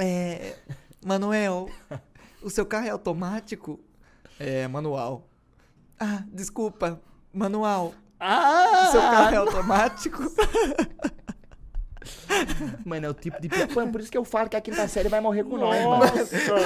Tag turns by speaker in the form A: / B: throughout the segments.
A: É, Manuel, o seu carro é automático? É, manual. Ah, desculpa, manual.
B: Ah!
A: O seu carro é automático?
B: Mano, é o tipo de piada. Mano, por isso que eu falo que a quinta série vai morrer com nós, mano.
C: Nossa,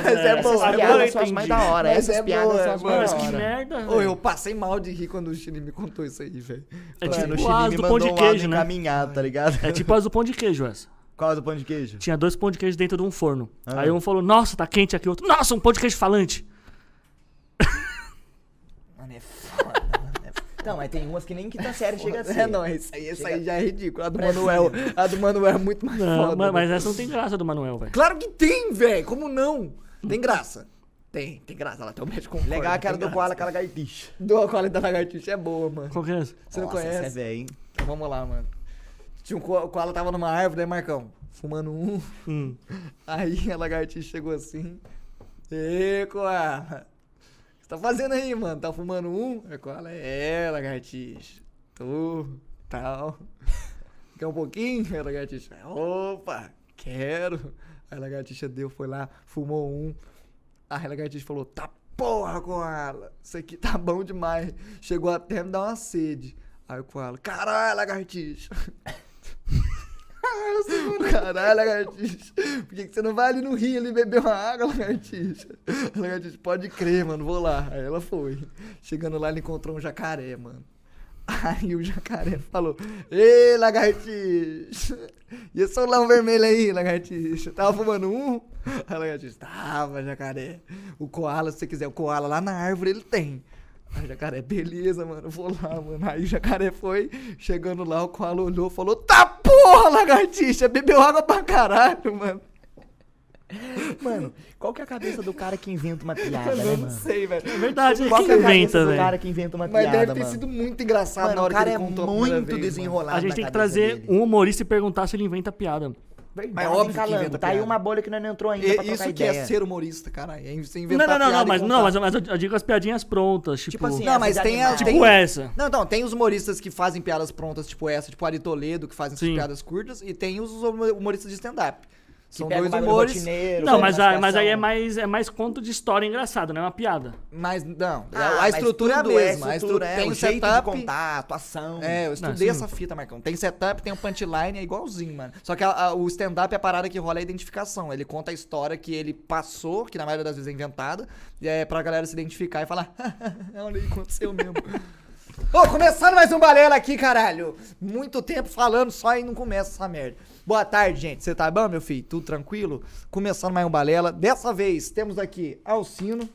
A: Mas é
C: velho.
A: boa,
C: Essas
A: é boa,
B: As piadas
C: piadas
B: são as mais da hora.
A: Mas
B: Essas
A: é
B: piadas
A: boa,
B: são as
A: mano.
B: mais
C: Mas
B: da
C: que
B: hora.
C: merda, velho.
A: Ô, eu passei mal de rir quando o Chile me contou isso aí, velho.
C: É
A: Mano,
C: tipo
A: o
B: Mano,
A: Chile
B: o
C: as
B: Tá Chile
C: do
B: me
C: pão de
B: mandou um áudio
C: queijo, né?
B: encaminhado, tá ligado?
C: É tipo as do pão de queijo essa.
B: Qual é do pão de queijo?
C: Tinha dois pão de queijo dentro de um forno.
B: Ah.
C: Aí um falou, nossa, tá quente aqui. O outro, nossa, um pão de queijo falante.
B: Mano, é foda, mano. É... Não, mas tem umas que nem quinta série chega assim. a ser.
A: É, não, essa aí, essa aí já é ridícula. A do
B: Parece-
A: Manuel. A do Manuel é muito mais
C: Não,
A: foda.
C: mas, mas é-
A: né?
C: essa não tem graça do Manuel, velho.
A: Claro que tem, velho. Como não? Tem graça. Tem, tem graça. Ela tem o médico com
B: Legal a cara do Koala, aquela gaitixa.
A: Do Koala da lagartixa é boa, mano.
C: Qual que é essa?
A: Você não conhece?
B: Essa é velha, hein?
A: Então vamos lá, mano. Tinha um koa- o koala tava numa árvore, né, Marcão? Fumando um.
C: Hum.
A: Aí a lagartixa chegou assim. Ê, koala. O que você tá fazendo aí, mano? Tá fumando um? Aí o koala, é, lagartixa. Tô, tal. Quer um pouquinho? Aí a lagartixa, opa, quero. Aí a lagartixa deu, foi lá, fumou um. Aí a lagartixa falou, tá porra, Koala, isso aqui tá bom demais. Chegou até me dar uma sede. Aí o Koala, caralho, lagartixa. Caralho, você não- Caralho, lagartixa. Por que, que você não vai ali no rio ali beber uma água, lagartixa? A lagartixa, pode crer, mano, vou lá. Aí ela foi. Chegando lá, ela encontrou um jacaré, mano. Aí o jacaré falou: Ê, lagartixa! E esse solão vermelho aí, lagartixa? Tava fumando um? Aí o lagartixa, tava, jacaré. O koala, se você quiser, o koala lá na árvore ele tem. Aí o jacaré, beleza, mano, vou lá, mano. Aí o jacaré foi, chegando lá, o koala olhou e falou: Tá porra, lagartixa! Bebeu água pra caralho, mano.
B: Mano, qual que é a cabeça do cara que inventa uma piada,
A: Eu
B: né,
A: não
B: mano?
A: sei, velho.
C: É verdade,
B: Qual
C: quem
B: que é a
C: inventa,
B: cabeça do
C: velho?
B: cara que inventa uma
A: Mas
B: piada,
A: deve ter
B: mano?
A: sido muito engraçado
B: Mano,
A: na
B: o
A: hora
B: cara
A: que
B: é
A: ele contou a primeira
B: muito
A: vez, mano.
B: desenrolado
C: A gente
B: na
C: tem que
B: cabeça
C: trazer
B: dele.
C: um humorista e perguntar se ele inventa piada.
B: Verdade,
A: Mas é óbvio que
B: Calango,
A: inventa
B: Tá aí
A: piada.
B: uma bolha que nós não entrou ainda
A: E-
B: pra trocar
A: isso que
B: ideia.
A: é ser humorista, caralho. É você
C: Não,
A: inventar piada
C: não, não, não,
A: e
C: mas,
A: contar.
C: não mas, mas eu eu digo as piadinhas prontas, tipo...
B: Tipo assim,
A: Não,
B: essa
A: mas
B: de
A: tem a-
B: animal.
A: tipo-
C: tipo
A: tem-
C: essa.
A: Não, então, tem os humoristas que fazem piadas prontas, tipo essa, tipo Ari Toledo, que fazem essas
C: Sim.
A: piadas curtas, e tem os humo- humoristas de stand-up. São
B: pega o
A: tipo, dois
B: bagulho
A: humores,
B: rotineiro,
C: Não,
B: faz
C: mas,
B: uma
C: a- mas aí é
B: situação.
C: mais, é mais conto de história engraçado, não é uma piada.
A: mas não,
B: Ah,
A: a
B: mas
A: estrutura é a
B: tudo
A: mesma. a
B: estrutura,
A: estrutura,
B: é
A: tem um
B: o
A: o
B: jeito
A: setup,
B: de contar, a atuação.
A: É, eu
C: sim.
A: estudei essa fita, Marcão. Tem setup, tem um punchline, é igualzinho, mano. Só que a- a- o stand-up, a parada que rola é a identificação. Ele conta a história que ele passou, que na maioria das vezes é inventada, e é pra galera se identificar e falar, olha aí, aconteceu mesmo. Ô, começando mais um balela aqui, caralho. Muito tempo falando só e não começa essa merda. Boa tarde, gente. Você tá bom, meu filho? Tudo tranquilo? Começando mais um balela. Dessa vez temos aqui Alcino.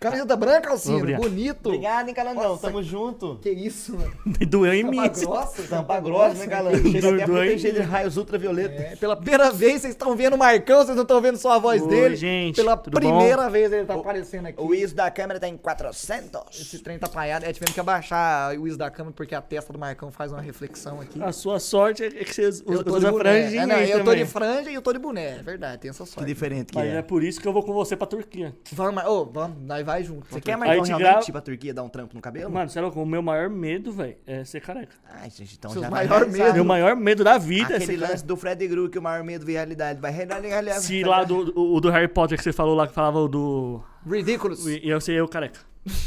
A: Camiseta branca, Alcino.
C: Obrigado.
A: Bonito.
B: Obrigado, Tá hein, Calandão.
A: Nossa,
B: Tamo junto.
A: Que isso, mano?
C: Doeu em mim.
A: Tampa grossa?
B: Tampa grossa, né, Calandão? Tá Chega até a
C: Doido, hein?
B: proteger de raios ultravioleta.
A: É, pela primeira vez vocês estão vendo o Marcão, vocês não estão vendo só a voz
C: Oi,
A: dele.
C: gente,
A: pela
C: tudo
A: primeira vez ele tá aparecendo aqui.
B: O ISO da câmera tá em 400.
A: Esse trem tá apaiado. É, tivemos que abaixar o Wiz da câmera porque a testa do Marcão faz uma reflexão aqui.
C: A sua sorte é que você usa,
A: Eu tô
C: usa
A: de boné.
C: franjinha
A: É, não,
C: aí
A: eu tô
C: também.
A: de franja e eu tô de boné. É verdade, tem essa
B: Que
A: sorte.
B: diferente que
C: Mas é.
B: é.
C: por isso que eu vou com você pra Turquia.
A: Vamos, Mar- ô, vamos, nós vai junto.
B: Você quer,
C: Aí
B: Marcão,
C: te
B: realmente
C: grava-
B: ir pra Turquia dar um trampo no cabelo?
C: Mano, sério, o meu maior medo, velho, é ser careca.
B: Ai, gente, então
A: Seus
B: já vai
A: maior
B: realizar.
A: medo.
C: Meu maior medo da vida é
B: Aquele
C: ser
B: lance
C: careca.
B: do Fred Gru, que o maior medo vira realidade. Vai realidade.
C: Se
A: né?
C: lá do, o do Harry Potter que você falou lá, que falava o do...
A: Ridículos.
C: E eu sei eu careca.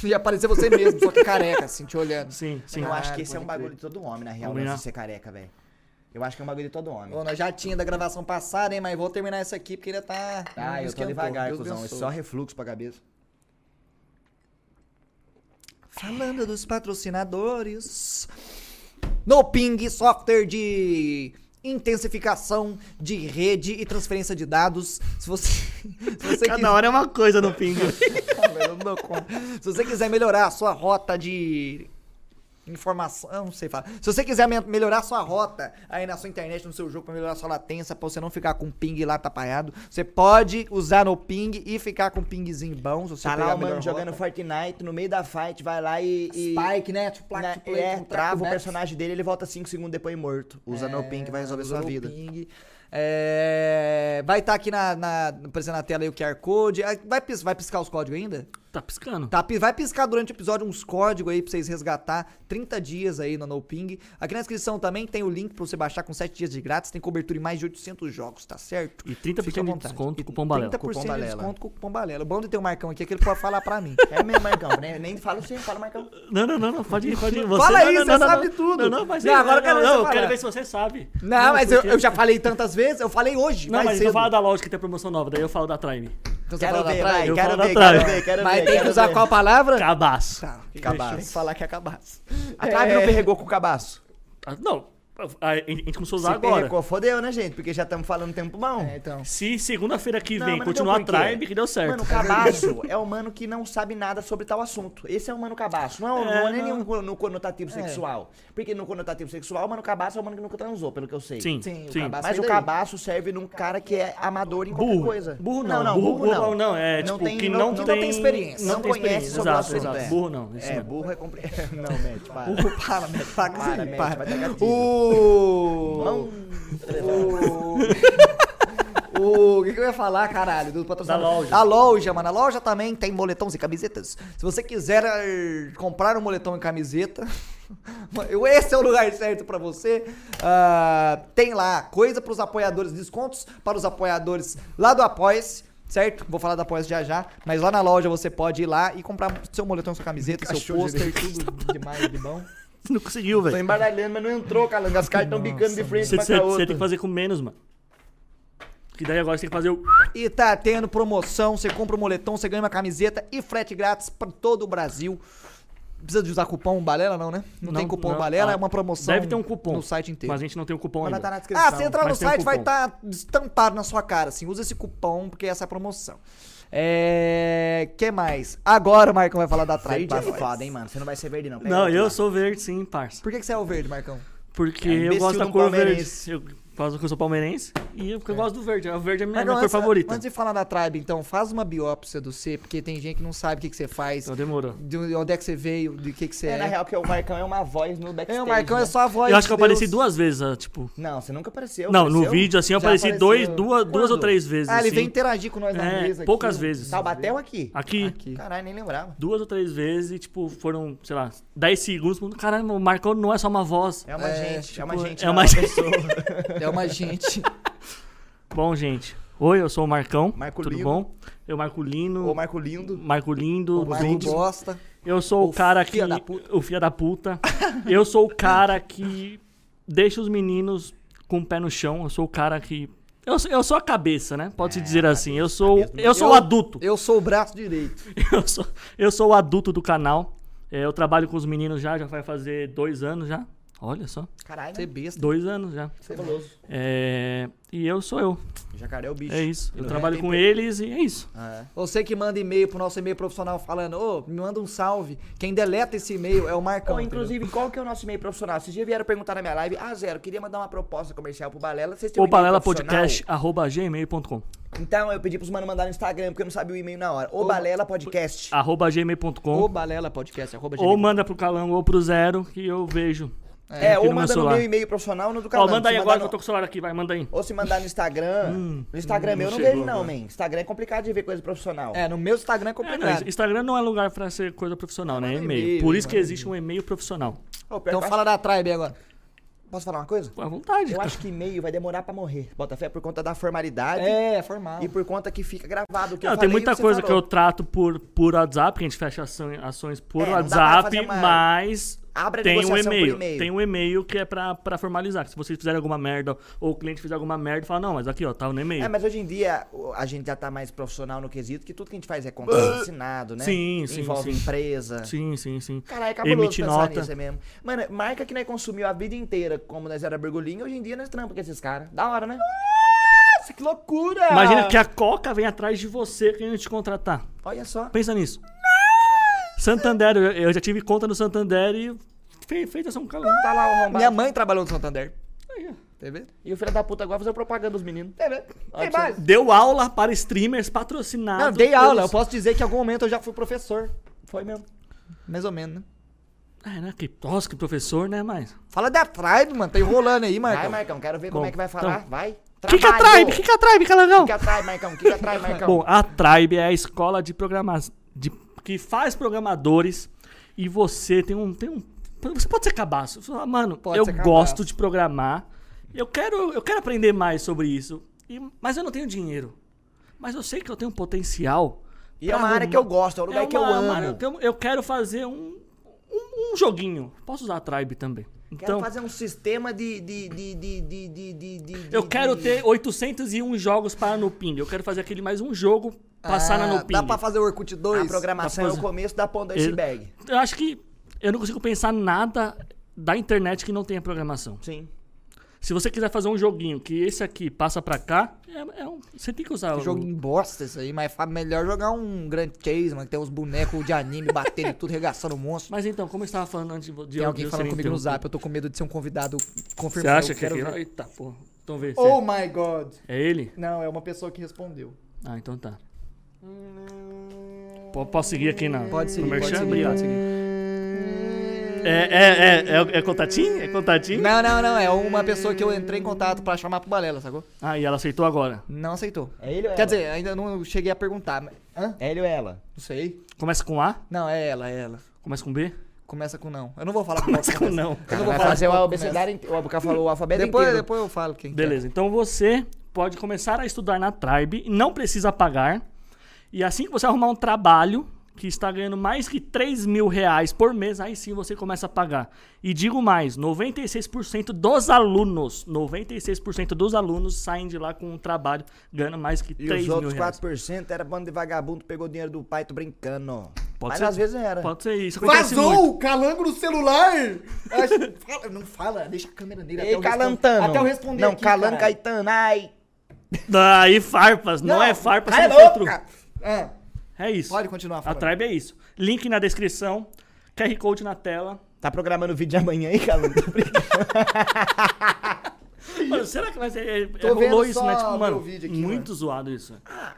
A: E aparecer você mesmo, só que careca, assim, te olhando.
C: Sim, sim.
B: Eu acho que
A: Ah,
B: esse é um
A: pode
B: bagulho
A: crer.
B: de todo homem, na real,
C: Combinar.
B: lance de ser careca, velho. Eu acho que é um bagulho de todo homem.
A: Ô, nós já tinha da gravação passada, hein? Mas vou terminar essa aqui porque ainda tá.
B: Ah, eu tô
A: esquentou.
B: devagar,
A: Deus
B: cuzão. É
A: abençoe.
B: só refluxo pra cabeça.
A: Falando dos patrocinadores. No Ping Software de intensificação de rede e transferência de dados. Se você, se você quiser-
C: hora é uma coisa no pingo.
A: Eu não dou conta. Se você quiser melhorar a sua rota de informação, eu não sei falar. Se você quiser me- melhorar a sua rota aí na sua internet, no seu jogo, pra melhorar a sua latência, pra você não ficar com ping lá atrapalhado, você pode usar no ping e ficar com pingzinho bom. Se você
B: Tá
A: pegar
B: lá
A: a
B: o
A: melhor
B: mano jogando
A: rota.
B: Fortnite, no meio da fight, vai lá e. e
A: Spike, né? Tipo,
B: na-
A: placa de play,
B: é,
A: contrato
B: trava o
A: back.
B: personagem dele, ele volta 5 segundos depois morto. Usa É, no ping que vai resolver
A: Usa
B: sua
A: no
B: vida.
A: ping. É, vai estar aqui na, na, aparecendo na tela aí o QR Code. Ah, Vai, pis- vai piscar os códigos ainda?
C: Tá piscando.
A: Tá, pi- vai piscar durante o episódio uns códigos aí pra vocês resgatar 30 dias aí no NoPing. Aqui na descrição também tem o link pra você baixar com 7 dias de grátis. Tem cobertura em mais de 800 jogos, tá certo?
C: E 30%
A: Fique à
C: de
A: vontade.
C: desconto,
A: E
C: cupom Balela.
A: 30%
B: Cupom
A: de
B: Balela.
A: desconto com o cupom Balela. O bom de ter o Marcão aqui é que ele pode falar pra mim.
B: É mesmo, Marcão. Nem, nem fala você, fala, Marcão.
C: Não, não, não, não, pode ir, pode ir. Você,
A: Fala
C: não,
A: aí,
C: não,
A: você
C: não, não,
A: sabe
C: não.
A: tudo.
C: Não, não, mas
A: Não,
C: eu-
A: agora eu quero ver
C: não,
A: você
C: eu quero
A: falar.
C: ver se você sabe.
A: Não, mas eu,
C: porque-
A: eu já falei tantas vezes. Eu falei hoje,
C: Não,
A: mais
C: mas eu
A: cedo.
C: falo da loja que tem a promoção nova, daí eu falo da Time.
A: Então você
B: Quero
A: fala da
B: ver,
A: praia.
B: vai.
C: Eu
B: Quero
C: falo da
B: ver, quero
C: praia.
B: ver, quero ver.
A: Mas tem que
B: quero
A: usar
B: ver.
A: qual palavra?
C: Cabaço.
A: Tá, tem que
B: Cabaço.
A: Tem que falar que é cabaço.
B: A Tribe
A: É.
B: não perregou com o cabaço.
C: Ah, Não, a, a gente começou a usar
B: Se
C: agora.
B: perregou, fodeu, né, gente? Porque já estamos falando tempo bom.
A: É, então.
C: Se segunda-feira que
B: Não,
C: vem
B: mas não
C: continuar a
B: tem porquê.
C: Tribe, que deu certo.
B: Mano, o cabaço é o mano que não sabe nada sobre tal assunto. Esse é o mano cabaço. Não, é, não é
C: não.
B: nenhum co- no conotativo
A: É.
B: sexual. Porque no conotativo sexual, o mano cabaço é o mano que nunca transou, pelo que eu sei.
C: Sim,
A: Sim, o
C: sim.
A: cabaço.
B: Mas
A: Sai
B: o
A: daí.
B: cabaço serve num cara que é amador em qualquer
C: Burro.
B: coisa.
C: Burro não, burro- burro não, é, tipo, que não
B: não
C: tem-
B: experiência. Não,
C: não tem
B: conhece
C: experiência,
B: sobre o
C: exato,
B: assunto.
C: exato.
B: é.
C: Burro não, isso
B: É,
C: não.
B: burro é compre... Não, Matt, para.
A: Burro, para, meu. Para, que
B: Para,
A: você
B: Matt,
A: para.
B: vai dar gatilho.
A: O.
B: Não.
A: O o que, que eu ia falar, caralho? Do patrocinador.
C: Da loja.
A: A loja, mano. A loja também tem moletons e camisetas. Se você quiser eh, comprar um moletom e camiseta, eu- esse é o lugar certo pra você. Ah, tem lá coisa pros apoiadores, descontos para os apoiadores lá do Apoia-se. Certo? Vou falar da apoia já já. Mas lá na loja você pode ir lá e comprar seu moletom, sua camiseta, seu
B: Encaixou
A: pôster, tudo demais de bom.
C: Você não conseguiu,
B: Tô
C: velho.
B: embaralhando, mas não entrou, calando. As cartas estão bicando de frente
C: Você
B: uma com a
C: você tem que
B: outra.
C: fazer com menos, mano. Que daí agora você tem que fazer o.
A: E tá tendo promoção, você compra um moletom, você ganha uma camiseta e frete grátis pra todo o Brasil. Precisa de usar cupom Balela não, né? Não, tem
C: Não,
A: cupom
C: não,
A: Balela,
C: ah,
A: é uma promoção
C: Deve ter um cupom.
A: no site inteiro.
C: Mas a gente não tem o cupom
B: Mas vai
C: ainda.
B: estar na descrição.
A: Ah, você entrar no
C: mas tem um
A: site, vai
C: cupom.
A: estar estampado na sua cara, assim. Usa esse cupom, porque essa é a promoção. É... que mais? Agora o Marcão vai falar da Tribe. tá
B: Verde
A: pra
B: é
A: nós.
B: foda, hein, mano? Você não vai ser verde, não. Pega
C: Não,
B: outro
C: eu
B: lá.
C: sou verde sim, parça.
A: Por que, que você é o verde, Marcão?
C: Porque
B: É,
C: eu
B: imbecil
C: gosto da
B: do
C: cor verde.
B: palmeirense.
C: Eu gosto que eu sou palmeirense e eu, porque eu gosto do verde. O verde é a minha,
A: Marcão,
C: minha cor
A: antes-
C: favorita.
A: Antes de falar da Tribe, então, faz uma biópsia do C, porque tem gente que não sabe o que, que você faz,
C: Então demorou.
A: de onde é que você veio, de que, que você
B: É,
A: é.
B: na real, que o Marcão é uma voz no backstage.
A: É, o Marcão
B: né?
A: é só a voz
C: Eu acho que eu
A: de Deus.
C: apareci duas vezes, ah, tipo.
B: Não, você nunca apareceu.
C: não, no
B: apareceu?
C: vídeo assim eu
B: Já
C: apareci
B: apareceu.
C: dois, duas, duas ou
B: Quando?
C: três vezes.
A: Ah, ele
C: assim.
A: vem interagir com nós na
C: É,
A: mesa aqui.
C: poucas vezes.
B: Taubaté ou aqui?
C: Aqui,
A: Aqui.
B: Caralho, nem lembrava.
C: duas ou três vezes e, tipo, foram, sei lá, 10 segundos. todo mundo, Caralho, o Marcão não é só uma voz.
B: É uma
A: É,
B: gente, é uma
C: tipo,
B: gente.
C: é
B: não,
C: uma gente.
B: pessoa.
A: É uma gente.
C: Bom, gente. Oi, eu sou o Marcão.
B: Marco
C: tudo
B: Lino.
C: bom? Eu, Marco Lino.
B: Ô, Marco Lindo.
C: Marco Lindo,
A: O Marco
C: Lindo.
A: gosta.
C: Eu sou o,
A: O
C: cara que.
A: filha da puta.
C: O filho da puta. Eu sou o cara que deixa os meninos com o pé no chão. Eu sou o cara que. Eu, sou- eu sou a cabeça, né? Pode-se dizer assim. Eu sou,
B: cabeça do-
C: eu sou o
A: Eu-
C: adulto.
A: Eu sou o braço direito.
C: Eu sou, eu sou o adulto do canal. É, Eu trabalho com os meninos já, já vai fazer dois anos já. Olha só.
B: Caralho,
A: Você é
B: né?
A: besta.
C: Dois anos já.
B: Fabuloso.
C: É, e eu sou eu.
B: Jacaré é o bicho.
C: É isso. Eu
B: Não
C: trabalho
B: tem
C: com
B: pe-
C: eles e é isso.
B: Ah,
A: Você que manda e-mail pro nosso e-mail profissional falando, ô, me manda um salve. Quem deleta esse e-mail é o Marcão.
B: Então, inclusive, qual que é o nosso e-mail profissional? Vocês já vieram perguntar na minha live. Ah, Zero, queria mandar uma proposta comercial pro Balela. Vocês têm um
C: Ou
B: e-mail profissional?
C: balelapodcast.gmail.com
B: Então, eu pedi pros mano mandar no Instagram, porque eu não sabia o e-mail na hora. O
A: Ô,
B: Balela Podcast.
C: arroba
A: entendeu?
C: gmail.com
A: Ô, balela podcast, arroba
C: ou
A: gmail.
C: manda pro Calango ou pro Zero que eu vejo.
B: É,
C: Ah, aqui
B: ou
C: no meu
B: manda no
C: celular.
B: meu e-mail profissional ou no do
C: Ó,
B: canal.
C: manda aí
B: Se
C: agora
B: mandar
C: que eu tô com o celular aqui, vai, manda aí.
B: Ou se mandar no Instagram. no Instagram
C: hum,
B: eu não
C: não chegou
B: vejo, não,
C: agora.
B: man. Instagram é complicado de ver coisa profissional.
A: É, no meu Instagram é
C: É,
A: complicado.
C: não, Instagram não é lugar pra ser coisa profissional, né? É
A: Manda
C: e-mail.
A: e-mail,
C: Por isso que
A: manda
C: existe um e-mail profissional.
B: Ô, pior que eu
A: então
B: acho-
A: fala da Tribe agora.
B: Posso falar uma coisa?
C: Pô, à vontade.
B: Eu
C: cara.
B: acho que e-mail vai demorar pra morrer. Botafé por conta da formalidade
A: É, formal.
B: e por conta que fica gravado. o Que
C: Não,
B: eu
C: tem
B: falei e o
C: muita
B: que você
C: coisa
B: falou.
C: que eu trato por, por WhatsApp, que a gente fecha ações, ações por
B: É, não dá
C: WhatsApp,
B: pra fazer uma-
C: mas
B: Abre a
C: tem um
B: negociação por
C: e-mail.
B: e-mail.
C: Tem um e-mail que é pra, pra formalizar. que Se vocês fizerem alguma merda ou o cliente fizer alguma merda, fala, não, mas aqui, ó, tá no e-mail.
B: É, mas hoje em dia o- a gente já tá mais profissional no quesito que tudo que a gente faz é contrato assinado, né?
C: Ah. Sim, sim,
B: Envolve
C: sim.
B: empresa.
C: Sim, sim, sim.
B: Caralho, é cabuloso
C: Emite
B: pensar
C: nota.
B: nisso é aí mesmo. Mano, marca que nós consumiu a vida inteira como nós era bergulhinho, hoje em dia nós trampa com esses caras. Da hora, né?
A: Nossa, que loucura!
C: Ah, Imagina que a Coca vem atrás de você querendo te contratar.
B: Olha só.
C: Pensa nisso. Santander, eu- eu já tive conta no Santander e fe, fez essa um calão.
B: Tá lá o arrombado.
A: Minha mãe trabalhou no Santander. Tá vendo?
B: E o filho da puta agora fazer propaganda dos meninos.
A: Tá vendo? Tem
B: Olha pra
A: mais.
B: você-
C: Deu aula para streamers patrocinados.
A: Não, dei
C: pelos-
A: aula. Eu posso dizer que em algum momento eu já fui professor.
B: Foi mesmo.
A: Mais ou menos, né?
C: É, né? Que, nossa, que professor, né? Mas.
A: Fala da Tribe, mano. Tá enrolando aí,
B: Vai,
A: Marcão.
B: Marcão, quero ver como
C: Bom,
B: é que vai falar.
C: então-
B: Vai.
C: Kika Tribe, Kika Tribe, calangão.
B: Que atrai, Marcão? Que atrai, Marcão?
C: Bom, a Tribe é a escola de programação que faz programadores e você tem um tem um você pode ser cabaço. Você fala, mano,
A: Pode
C: eu
A: ser cabaço.
C: gosto de programar. Eu quero eu quero aprender mais sobre isso. e- mas eu não tenho dinheiro. Mas eu sei que eu tenho um potencial.
B: e é
C: pra
B: uma área
C: arrumar-
B: que eu gosto, é um lugar que eu
C: uma- uma área
B: amo.
C: que eu- eu quero fazer um, um, um joguinho. Posso usar a Tribe também.
B: Quero
C: Então,
B: fazer um sistema de. de, de, de, de, de, de, de-
C: eu
B: de-
C: quero
B: de-
C: ter 801 jogos para no Ping. Eu quero fazer aquele mais um jogo passar na
A: Ah,
C: no Ping.
A: Dá pra fazer o Orkut
B: A
A: 2?
B: programação é
A: Tá
B: o começo da ponta do
C: Ele-
B: iceberg.
C: Eu acho que eu não consigo pensar nada da internet que não tenha programação.
B: Sim.
C: Se você quiser fazer um joguinho que esse aqui passa pra cá, é, é um, você tem que usar o
A: Jogo em bosta isso aí, mas é melhor jogar um Grand Chase, mano, que tem uns bonecos de anime batendo e tudo, regaçando monstro.
C: Mas então, como eu estava falando antes de, vo- de
A: Tem
C: eu-
A: alguém
C: de você
A: falando
C: me
A: comigo no
C: interromper.
A: zap, eu tô com medo de ser um convidado
C: Você
A: confirmado.
C: acha
A: eu
C: que é
A: quero
C: aquele?
A: ver.
C: Eita, porra. Então vê se
A: Oh
C: é,
A: my god.
C: é ele.
A: Não, é uma pessoa que respondeu.
C: Ah, então tá. Po- Posso seguir aqui na
A: Pode
C: no
A: seguir, pode
C: merchan?
A: seguir,
C: Obrigado.
A: pode seguir.
C: É, é, é, é, é contatinho? É contatinho?
A: Não, não, não, é uma pessoa que eu entrei em contato pra chamar pro Balela, sacou?
C: Ah, e ela aceitou agora.
A: Não aceitou.
B: É ele ou ela?
A: Quer dizer, ainda não cheguei a perguntar. mas- Hã?
B: É ele ou ela?
A: Não sei.
C: Começa com A?
A: Não, é ela, é ela.
C: Começa com B?
A: Começa com não. Eu não vou falar com
C: Começa com não.
A: Eu não
B: Cara,
A: vou
B: vai
A: falar
B: fazer o
A: qual
B: abecedário inteiro. O Abucar falou o alfabeto
A: Depois,
B: inteiro.
A: depois eu falo quem que é.
C: Beleza, então você pode começar a estudar na Tribe, não precisa pagar. E assim que você arrumar um trabalho que está ganhando mais que 3 mil reais por mês, aí sim você começa a pagar. E digo mais, 96% dos alunos, 96% dos alunos saem de lá com um trabalho ganhando mais que
B: E
C: 3
B: os
C: mil
B: outros
C: reais.
B: 4% era bando de vagabundo, pegou dinheiro do pai, tô brincando.
C: Pode
B: Mas
C: ser.
B: às vezes era.
C: Pode ser isso. acontece muito.
A: né? Vazou o calango no celular! Acho- fala- não fala, deixa a câmera nele até
B: Ei,
A: eu responder-
B: Calantano.
A: Até eu responder
B: Não,
A: aqui,
B: Calando
A: caralho.
B: Caetano, ai.
C: Daí farpas, não, é farpas,
A: cala
C: não foi
A: a
C: truque.
A: boca! Ah,
C: É isso.
A: Pode continuar
C: A
A: falando.
C: Tribe é isso. Link na descrição, QR Code na tela.
B: Tá programando o vídeo de amanhã aí, Calando? Tô brincando.
C: Mano, será que vai ser. É,
A: Tô
C: rolou
A: vendo
C: isso,
A: só
C: né? Tipo,
A: meu
C: mano,
A: vídeo aqui,
C: muito zoado isso.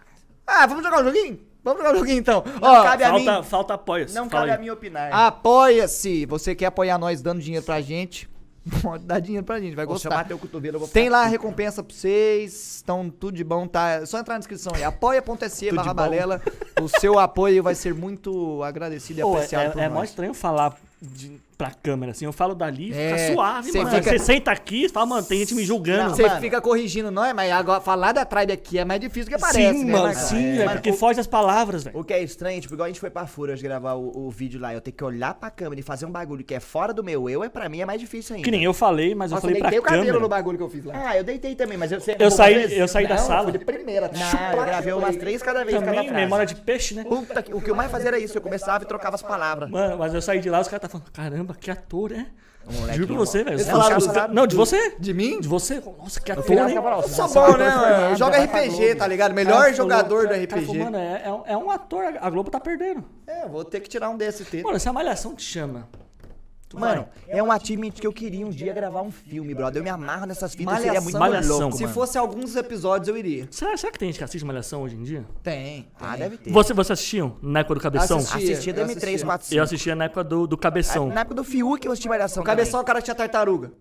A: Ah, vamos jogar um joguinho? Vamos jogar um joguinho então.
B: Não
A: Ó,
B: cabe a mim.
C: Falta, falta apoio.
B: Não
C: Fala
B: cabe a
C: aí. Ah,
B: mim opinar.
A: apoia-se. Você quer apoiar nós dando dinheiro pra gente? Pode dar dinheiro pra gente, vai
B: Ou se eu
A: gostar.
B: bater o cotovelo, eu vou
A: Tem
B: ficar-
A: lá a recompensa pra vocês, estão tudo de bom, tá? É só entrar na descrição aí, apoia.se
C: de
A: barra
C: bom.
A: balela. O seu apoio vai ser muito agradecido e
C: Pô,
A: apreciado por
C: é, é mó
A: nós.
C: estranho falar de, pra câmera, assim. Eu falo dali,
A: É,
C: fica suave,
A: cê
C: mano.
A: fica-
C: Você senta aqui e fala, mano, tem gente me julgando.
A: Você
B: mano.
A: fica corrigindo nós, mas agora falar da tribe aqui é mais difícil que aparece,
C: sim,
A: né,
C: mano,
A: Marcão?
C: sim, é,
B: Mas
C: porque
B: o-
C: foge as palavras, velho.
B: O que é estranho, tipo, igual a gente foi pra Furas gravar o, o vídeo lá, eu ter que olhar pra câmera e fazer um bagulho que é fora do meu eu, é pra mim é mais difícil ainda.
C: Que nem eu falei, mas
A: Nossa,
C: eu
A: eu
C: falei
A: deitei
C: pra
A: o cabelo
C: câmera.
A: no bagulho que eu fiz lá.
B: Ah, eu deitei também, mas eu sei.
C: Eu saí, eu saí da
A: Não,
C: sala.
A: foi de primeira. tá?
B: Não, Ah, eu gravei umas três cada vez, cada
C: Também,
B: frase.
C: memória de peixe, né?
B: Puta que- o que eu mais fazia era isso, eu começava e trocava as palavras.
C: Mano, mas eu saí de lá, os caras tá falando, caramba, que ator, é?
B: Moleque,
C: Juro pra você, velho. os
B: Eles falaram-
C: caras- os caras- Não, de você.
A: De mim?
C: De você. Nossa, que ator,
B: final,
C: hein?
B: eu falava, ó,
A: Eu sou
B: Nossa,
A: bom,
B: ator
A: né,
B: formado,
A: mano? Eu jogo
B: já vai pra
A: RPG,
B: Globo.
A: tá ligado? Melhor
C: Cara,
A: jogador do
C: falou- cara falou,
A: RPG.
C: mano, é, é, é um ator, a Globo tá perdendo.
B: É, eu vou ter que tirar um DST.
C: Mano, se a Malhação te chama. Tu
B: Mano,
C: vai.
B: é um achievement que eu queria um dia gravar um filme, brother. Eu me amarro nessas fitas, seria
A: Malhação.
B: muito
C: Malhação.
B: louco,
A: Se
B: mano.
A: fosse alguns episódios, eu iria.
C: Será, será que tem gente que assiste Malhação hoje em dia?
A: Tem.
B: Ah, deve ter.
C: Você, você assistiu na época do Cabeção?
A: Assisti.
B: Assistia da
A: Eu assistia.
B: M3, 4,
C: Eu assistia na época do, do Cabeção.
B: Na época do Fiuk eu assisti Malhação
A: O cabeção é o cara que tinha tartaruga.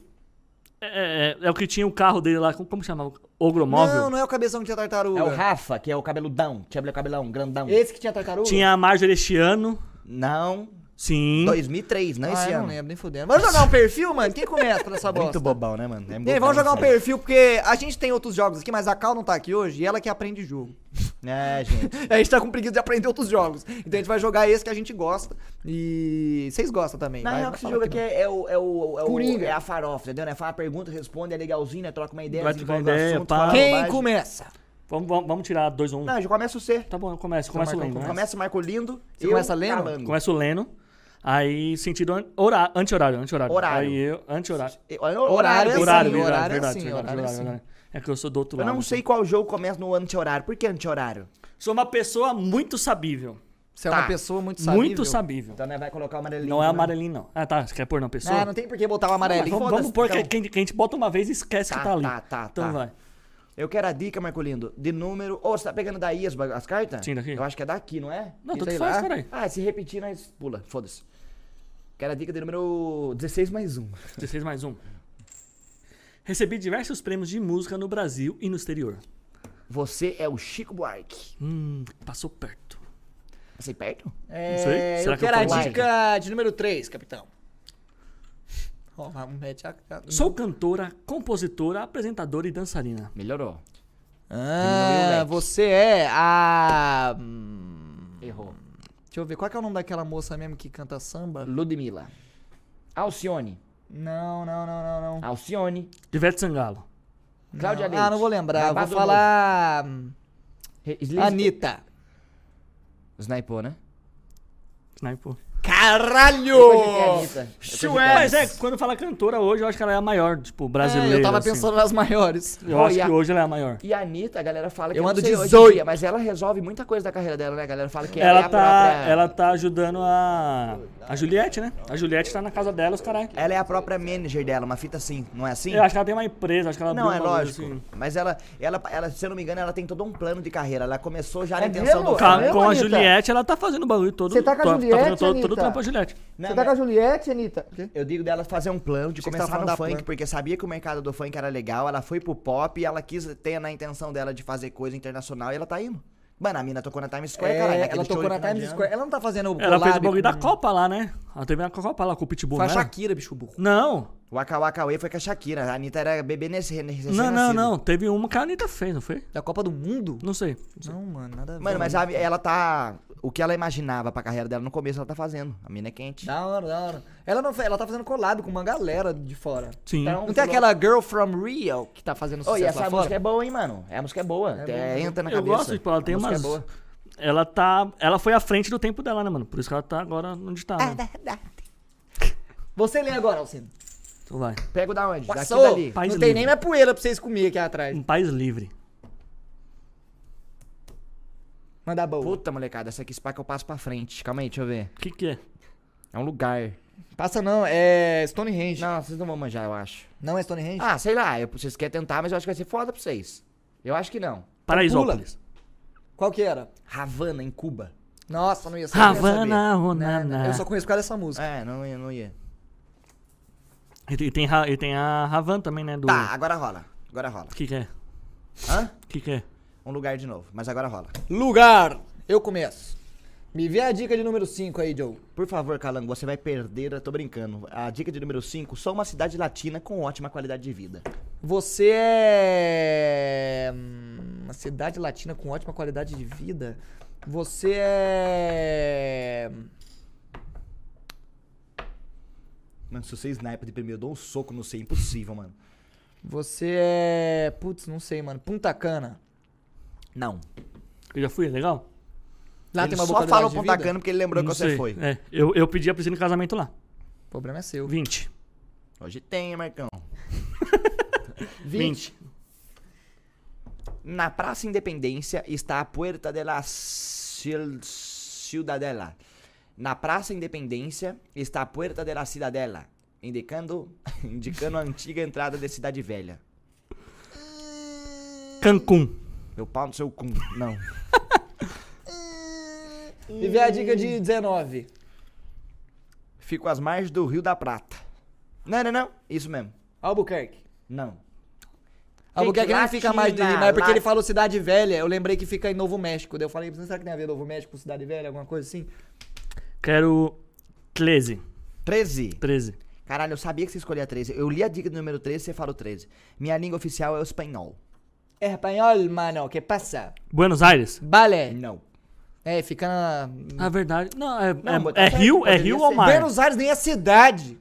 C: É, é- é o que tinha o carro dele lá, como, como chamava? Ogromóvel?
A: Não, não é o cabeção que tinha tartaruga.
B: É o Rafa, que é o cabeludão. Tinha o cabelão, grandão.
A: Esse que tinha tartaruga?
C: Tinha a Marjorie este ano.
B: Não.
C: Sim.
B: 2003, não é
A: Ah,
B: esse
A: eu
B: ano.
A: não lembro, nem fudendo. Vamos jogar um perfil, mano? Quem começa nessa bosta?
B: Muito bobão, né, mano? É
A: E aí,
B: bobão,
A: vamos jogar um
B: sério.
A: perfil, porque a gente tem outros jogos aqui, mas a Cal não tá aqui hoje e ela que aprende jogo.
B: É, gente.
A: A gente tá com preguiça de aprender outros jogos. Então a gente vai jogar esse que a gente gosta. E vocês gostam também.
B: Na
A: vai,
B: real,
A: vai
B: que esse
A: falar
B: jogo aqui
A: que
B: é, é o, é o, é o-
A: Coringa.
B: É a farofa, entendeu? Né? Fala uma pergunta, responde, é legalzinho, né? Troca uma ideia,
C: Vai
B: desenvolve
C: trocar
B: o
C: ideia,
B: assunto,
C: pá.
B: fala
A: não.
B: uma
A: Quem
B: bobagem.
A: começa?
C: Vamos, vamos, vamos tirar dois um.
B: Não, já começa o C.
C: Tá bom, eu começo. Começa o
A: Marcão,
C: Leno. né?
B: Começa o Marco Lindo.
A: Você
B: eu
A: começa lendo?
B: falando.
C: Começa o Leno. Aí, sentido an- hora- anti-horário, anti-horário.
B: Horário.
C: Aí eu, anti-horário.
B: É, olha, Horário,
A: Sim,
C: Horário,
A: horário é
C: verdade, verdade,
A: assim,
C: verdade,
A: horário é
C: horário,
A: assim.
C: horário. É que eu sou do outro
B: Eu
C: lado.
B: não
C: assim.
B: sei qual jogo começa no anti-horário. Por que anti-horário?
C: Sou uma pessoa muito sabível.
A: Você é
B: Tá.
A: uma pessoa muito sabível.
C: Muito sabível.
B: Então, né, vai colocar o amarelinho.
C: Não é
B: né?
C: amarelinho, não. Ah, tá. Você quer pôr não, pessoa?
A: Ah, não tem por que botar o amarelo.
C: vamos,
A: Foda-se,
C: vamos pôr
A: então.
C: que, que a gente- que a gente bota uma vez e esquece
B: Tá,
C: que tá ali.
B: tá, tá,
C: Então
B: tá.
C: vai.
B: Eu quero a dica, Marco Lindo, de número. Ô, você tá pegando daí as, ba- as cartas?
C: Sim, daqui.
B: Eu acho que é daqui, não é?
C: Não,
A: E
C: tanto
A: sei
C: faz,
A: lá.
C: caralho.
B: Ah, se repetir, nós pula. Foda-se. um. Quero a dica de número 16 mais 1.
C: 16 mais um. Recebi diversos prêmios de música no Brasil e no exterior.
B: Você é o Chico Buarque.
C: Hum, passou perto.
B: Passei perto?
C: Não sei.
A: É,
C: Será
A: eu
C: que eu
A: quero a
C: tô mais?
A: dica de número 3, capitão. Ó, um vamos mete a... a-
C: Sou cantora, compositora, apresentadora e dançarina.
B: Melhorou.
A: Ah, você é a... hum,
B: Errou.
A: Deixa eu ver, qual que é o nome daquela moça mesmo que canta samba?
B: Ludmilla. Alcione.
A: Não, não, não, não, não.
B: Alcione.
C: Ivete Sangalo.
B: Cláudia
A: não.
B: Leite.
A: Ah, não vou lembrar. Vou
B: Babado
A: falar.
B: Re-
A: hum,
B: Slice-
A: Anitta.
B: Snipou, né?
C: Sniper.
B: Depois de ter a
A: Caralho!
B: é Anitta, depois de ter a
C: Mas é,
B: Anitta.
C: quando fala cantora hoje, eu acho que ela é a maior, tipo, brasileira.
A: É, eu tava
C: assim.
A: pensando nas maiores.
C: Eu acho que
B: Olha.
C: hoje ela é a maior.
B: E a Anitta, a galera fala que
A: Eu
B: não
A: ando
B: sei
A: de
B: hoje em
A: zoio.
B: dia, mas ela resolve muita coisa da carreira dela, né? A galera fala que ela é
C: Ela
B: a
C: tá,
B: própria.
C: ela tá ajudando a. A Juliette, né? A Juliette tá na casa dela, os caras.
B: Ela é a própria manager dela, uma fita assim, não é assim?
C: Eu acho que ela tem uma empresa, acho que ela
B: Não, é
C: abriu um bagulho,
B: lógico.
C: assim.
B: Mas ela, ela, ela, se eu não me engano, ela tem todo um plano de carreira. Ela começou já na
D: É
B: intenção
D: mesmo?
B: do
C: Com a-
D: Tá vendo,
C: com a
D: Anitta?
C: Juliette, ela tá fazendo o bagulho todo.
D: Você tá com a
C: tá-
D: Juliette,
C: fazendo todo, todo o
D: Anitta?
C: trampo a Juliette.
B: Não, né?
D: Você tá com a Juliette, Anitta?
B: Eu digo dela fazer um plano de
A: Achei que você
B: começar
A: tava
B: no
A: falando da
B: funk,
A: plano.
B: porque sabia que o mercado do funk era legal, ela foi pro pop e ela quis ter na intenção dela de fazer coisa internacional e ela tá indo. Mano, a mina tocou na Times Square, caralho.
A: É,
B: naquele
A: ela
B: show
A: tocou
B: de
A: na
B: final de
A: Times
B: ano.
A: Square. Ela não tá fazendo o
C: Ela fez o
A: collab
C: bagulho da
A: com-
C: Copa lá, né? Ela teve a Copa lá com o Pitbull,
A: Foi a
C: né?
A: Shakira, bicho burro.
C: Não,
B: O Waka Waka Way foi com a Shakira. A Anitta era bebê nesse recém
C: não, não, não. Teve uma que a Anitta fez, não foi?
A: Da Copa do Mundo?
C: Não sei.
A: Não, mano, nada a ver.
B: Mano, mas a- ela tá. O que ela imaginava pra carreira dela no começo, ela tá fazendo. A mina é quente.
A: Da hora, da hora. Ela, não, fe- ela tá fazendo collab com uma galera de fora.
C: Sim.
B: Então-
A: Não tem aquela Girl from Rio que tá fazendo
B: Ô,
A: sucesso
B: e essa
A: lá
B: música
A: fora?
B: é boa, hein, mano? É, a música é boa. É, entra na
C: eu
B: cabeça.
C: gosto, tipo, ela tem
B: A música
C: umas.
B: É boa.
C: Ela tá. Ela foi à frente do tempo dela, né, mano? Por isso que ela tá agora onde tá.
A: Ah,
C: Né?
A: É Você lê agora, Alcino.
C: Então vai.
B: Pega o da onde? Daqui
A: Passou.
B: dali.
C: País
A: não tem
C: livre.
A: nem minha poeira pra vocês comerem aqui atrás.
C: Um país livre.
A: Manda boa.
B: Puta, molecada, essa aqui se pá que eu passo pra frente. Calma aí, deixa eu ver.
C: O que, que é?
B: É um lugar.
A: Passa não, é Stonehenge. Não,
B: Não, vocês não vão manjar, eu acho.
A: é Stonehenge?
B: Ah, sei lá, eu, vocês querem tentar, mas eu acho que vai ser foda pra vocês. Eu acho que não.
C: Paraisópolis.
A: Qual que era?
B: Havana, em Cuba.
A: Nossa, não ia saber.
C: Havana,
A: Não,
C: Ronana.
A: Eu só conheço quase essa música.
B: É, não ia, não ia.
C: E tem- e tem, Ra- e tem a Ravan também, né? Do...
B: Tá, agora rola. Agora rola.
C: O que, que é?
B: Hã?
C: O que, que é?
B: Um lugar de novo, mas agora rola.
A: É. Lugar. Eu começo. Me vê a dica de número 5 aí, Joe.
B: Por favor, Calango, você vai perder, eu tô brincando. A dica de número 5, só uma cidade latina com ótima qualidade de vida.
A: Você é. hum, Uma cidade latina com ótima qualidade de vida. Você é.
B: Mano, se você sniper de primeiro, eu dou um soco no C, impossível, mano.
A: Você é. Putz, não sei, mano. Punta Cana.
B: Não.
C: Eu já fui, é legal?
A: Lá
B: ele
A: tem uma boa
B: só
A: qualidade
B: falou
A: de
B: Punta
A: vida?
B: Cana porque ele lembrou
C: Não
B: que você
C: sei.
B: foi.
C: É, eu, eu pedi a Priscila em casamento lá.
A: O problema é seu.
C: 20.
B: Hoje tem, hein, Marcão.
C: 20.
B: Na Praça Independência está a Puerta de la Cil- Ciudadela. Na Praça Independência está a Puerta de la Ciudadela, indicando, indicando a antiga entrada da Cidade Velha.
C: Cancún.
B: Meu pau no seu cu. Não.
A: Me vê a dica de 19.
B: Fico às margens do Rio da Prata. Não, não, não. Isso mesmo.
A: Albuquerque.
B: Não.
A: Albuquerque não
B: Latina,
A: fica mais de mas é porque
B: Lat-
A: ele falou Cidade Velha. Eu lembrei que fica em Novo México. Daí eu falei, será que tem a ver Novo México com Cidade Velha? Alguma coisa assim?
C: Quero 13.
B: 13.
C: 13.
B: Caralho, eu sabia que você escolhia 13. Eu li a dica do número 13 e você falou 13. Minha língua oficial é o espanhol.
A: É Espanhol, mano, que passa?
C: Buenos Aires.
A: Vale.
B: Não.
A: É, fica na.
C: Na verdade. Não, é,
B: Não, mas
C: é,
B: tá
C: é
B: certo,
C: rio, é
B: poderia
C: rio
B: ser.
C: ou mar?
A: Buenos Aires nem é cidade.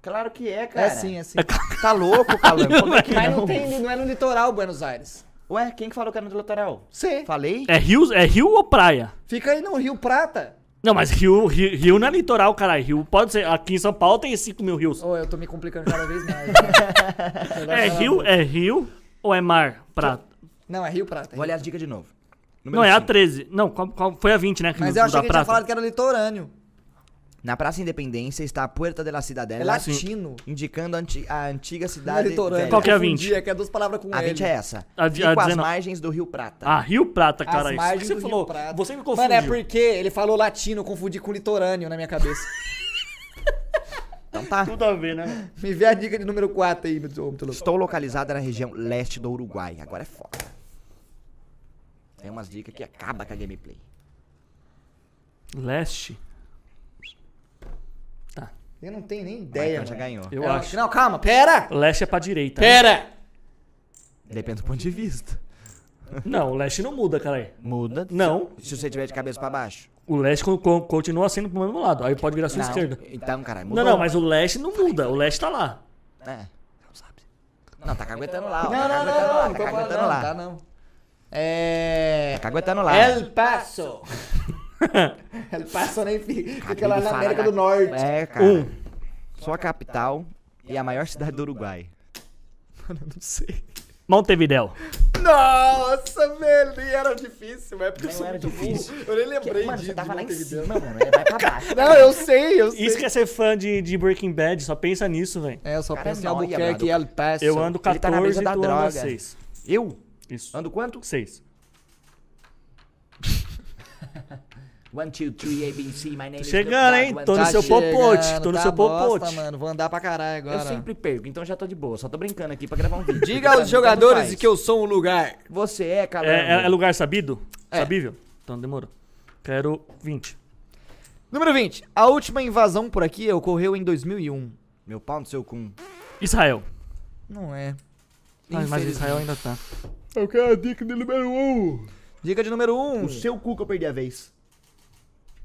B: Claro que é,
A: É sim, é sim.
B: Tá louco, Calango? Como é que
A: Mas
B: não?
A: não, tem, não é no litoral Buenos Aires.
B: Ué, quem que falou que era no litoral?
A: Sim.
B: Falei?
C: É rio, é rio ou praia?
A: Fica aí no Rio Prata.
C: Não, mas rio, rio, rio não é litoral, caralho. Rio pode ser. Aqui em São Paulo tem 5 mil rios.
A: Ô, eu tô me complicando cada vez mais. né?
C: É rio, é rio ou é mar? Prata.
A: Não, é Rio Prata.
B: Vou olhar as dicas de novo. Número
C: Não, é a
B: cinco.
C: 13. Não, qual- qual- foi a 20, né? Que
A: Mas
C: no-
A: eu achei
C: da
A: que ele tinha
C: prata.
A: falado que era litorâneo.
B: Na Praça Independência está a Puerta de la Cidadela,
A: É latino.
B: indicando a, anti- a antiga
A: Não é
B: assim- cidade.
A: litorâneo.
B: velha.
C: Qual que é a
A: Confundi,
C: 20?
A: É que é duas palavras com
B: A
A: L.
B: 20 é essa.
C: A de- a
B: Fico às
C: 19.
B: margens do Rio Prata.
C: Ah, Rio Prata,
A: As
C: cara. Isso
A: margens
C: que
A: do
C: você falou.
A: Rio Prata.
C: Você me confundiu.
A: Mano, é porque ele falou latino, eu confundi com litorâneo na minha cabeça.
B: Então Então tá.
C: Tudo a ver, né?
A: Me vê a dica de número 4 aí, meu ô, muito louco.
B: Estou localizada na região leste do Uruguai. Agora é foda. Tem umas dicas que acaba com a gameplay.
C: Leste. Tá.
A: Eu não tenho nem
B: O
A: ideia,
B: Marcão já
A: mano.
B: ganhou.
C: Eu
A: Calma,
C: acho.
A: Não, calma, pera!
C: Leste é pra direita. né?
A: Pera!
B: Depende do ponto de vista.
C: Não, o leste não muda, cara.
B: Muda.
C: Não.
B: Se você tiver de cabeça pra baixo.
C: O leste co- co- continua sendo pro mesmo lado. Aí pode virar sua
B: Não.
C: esquerda.
B: Então, caralho,
C: Não,
B: mudou.
C: não, mas o leste não muda. O leste tá lá.
B: É. Não sabe. Não, tá caguetando lá.
A: Não,
B: ó. Tá
A: não, não,
B: caguetando
A: não,
B: lá,
A: não
B: Tá
A: tô falando,
B: caguetando
A: não, tá
B: lá.
A: não. É.
B: Tá caguetando lá.
A: El Paso! El Paso nem fica, fica lá
B: Ele
A: na
B: fala
A: América
B: da-
A: do Norte.
B: É, cara.
C: Um.
B: Só a capital e a maior cidade do Uruguai.
A: Não sei.
C: Montevideo.
A: Nossa, velho, nem era difícil, mas é porque eu
B: Não
A: sou
B: era
A: muito
B: difícil.
A: burro. Eu nem lembrei
B: Mano,
A: de,
B: você
A: de
B: tava lá em
A: Montevideo.
B: cima, mano. É, Vai pra baixo.
A: Não, eu sei, eu sei.
C: Isso que é ser fã de, de Breaking Bad, só pensa nisso, velho.
A: É, eu só
B: Cara, é
A: penso em
B: nóia,
A: Albuquerque e El Paso.
C: Eu ando
B: Ele tá na
C: 14
B: mesa da
C: e tu anda
B: droga.
C: 6.
B: Eu?
C: Isso.
B: Ando quanto?
C: 6.
B: 1, 2, 3, ABC, my name
C: Tô
B: is
C: chegando,
B: Gustavo,
C: hein?
B: né, one,
C: Tô no
B: two,
C: seu
B: three.
C: popote, tô no
A: tá
C: seu
A: bosta,
C: popote.
A: mano, vou andar pra caralho
B: Eu
A: agora.
B: sempre perco, então já tô de boa. Só tô brincando aqui pra gravar um vídeo.
A: Diga
B: Porque pra
A: aos
B: mim,
A: jogadores
B: tanto faz.
A: que eu sou um lugar.
B: Você é, cara.
C: É, é- é lugar sabido?
A: É.
C: Sabível? Então demorou. Quero 20.
A: Número 20. A última invasão por aqui ocorreu em 2001.
B: Meu pau no seu cum.
C: Israel.
A: Não é.
C: Ah, mas Israel ainda tá.
B: Eu quero a dica de número 1. Um.
A: Dica de número 1.
B: O seu cu que eu perdi a vez.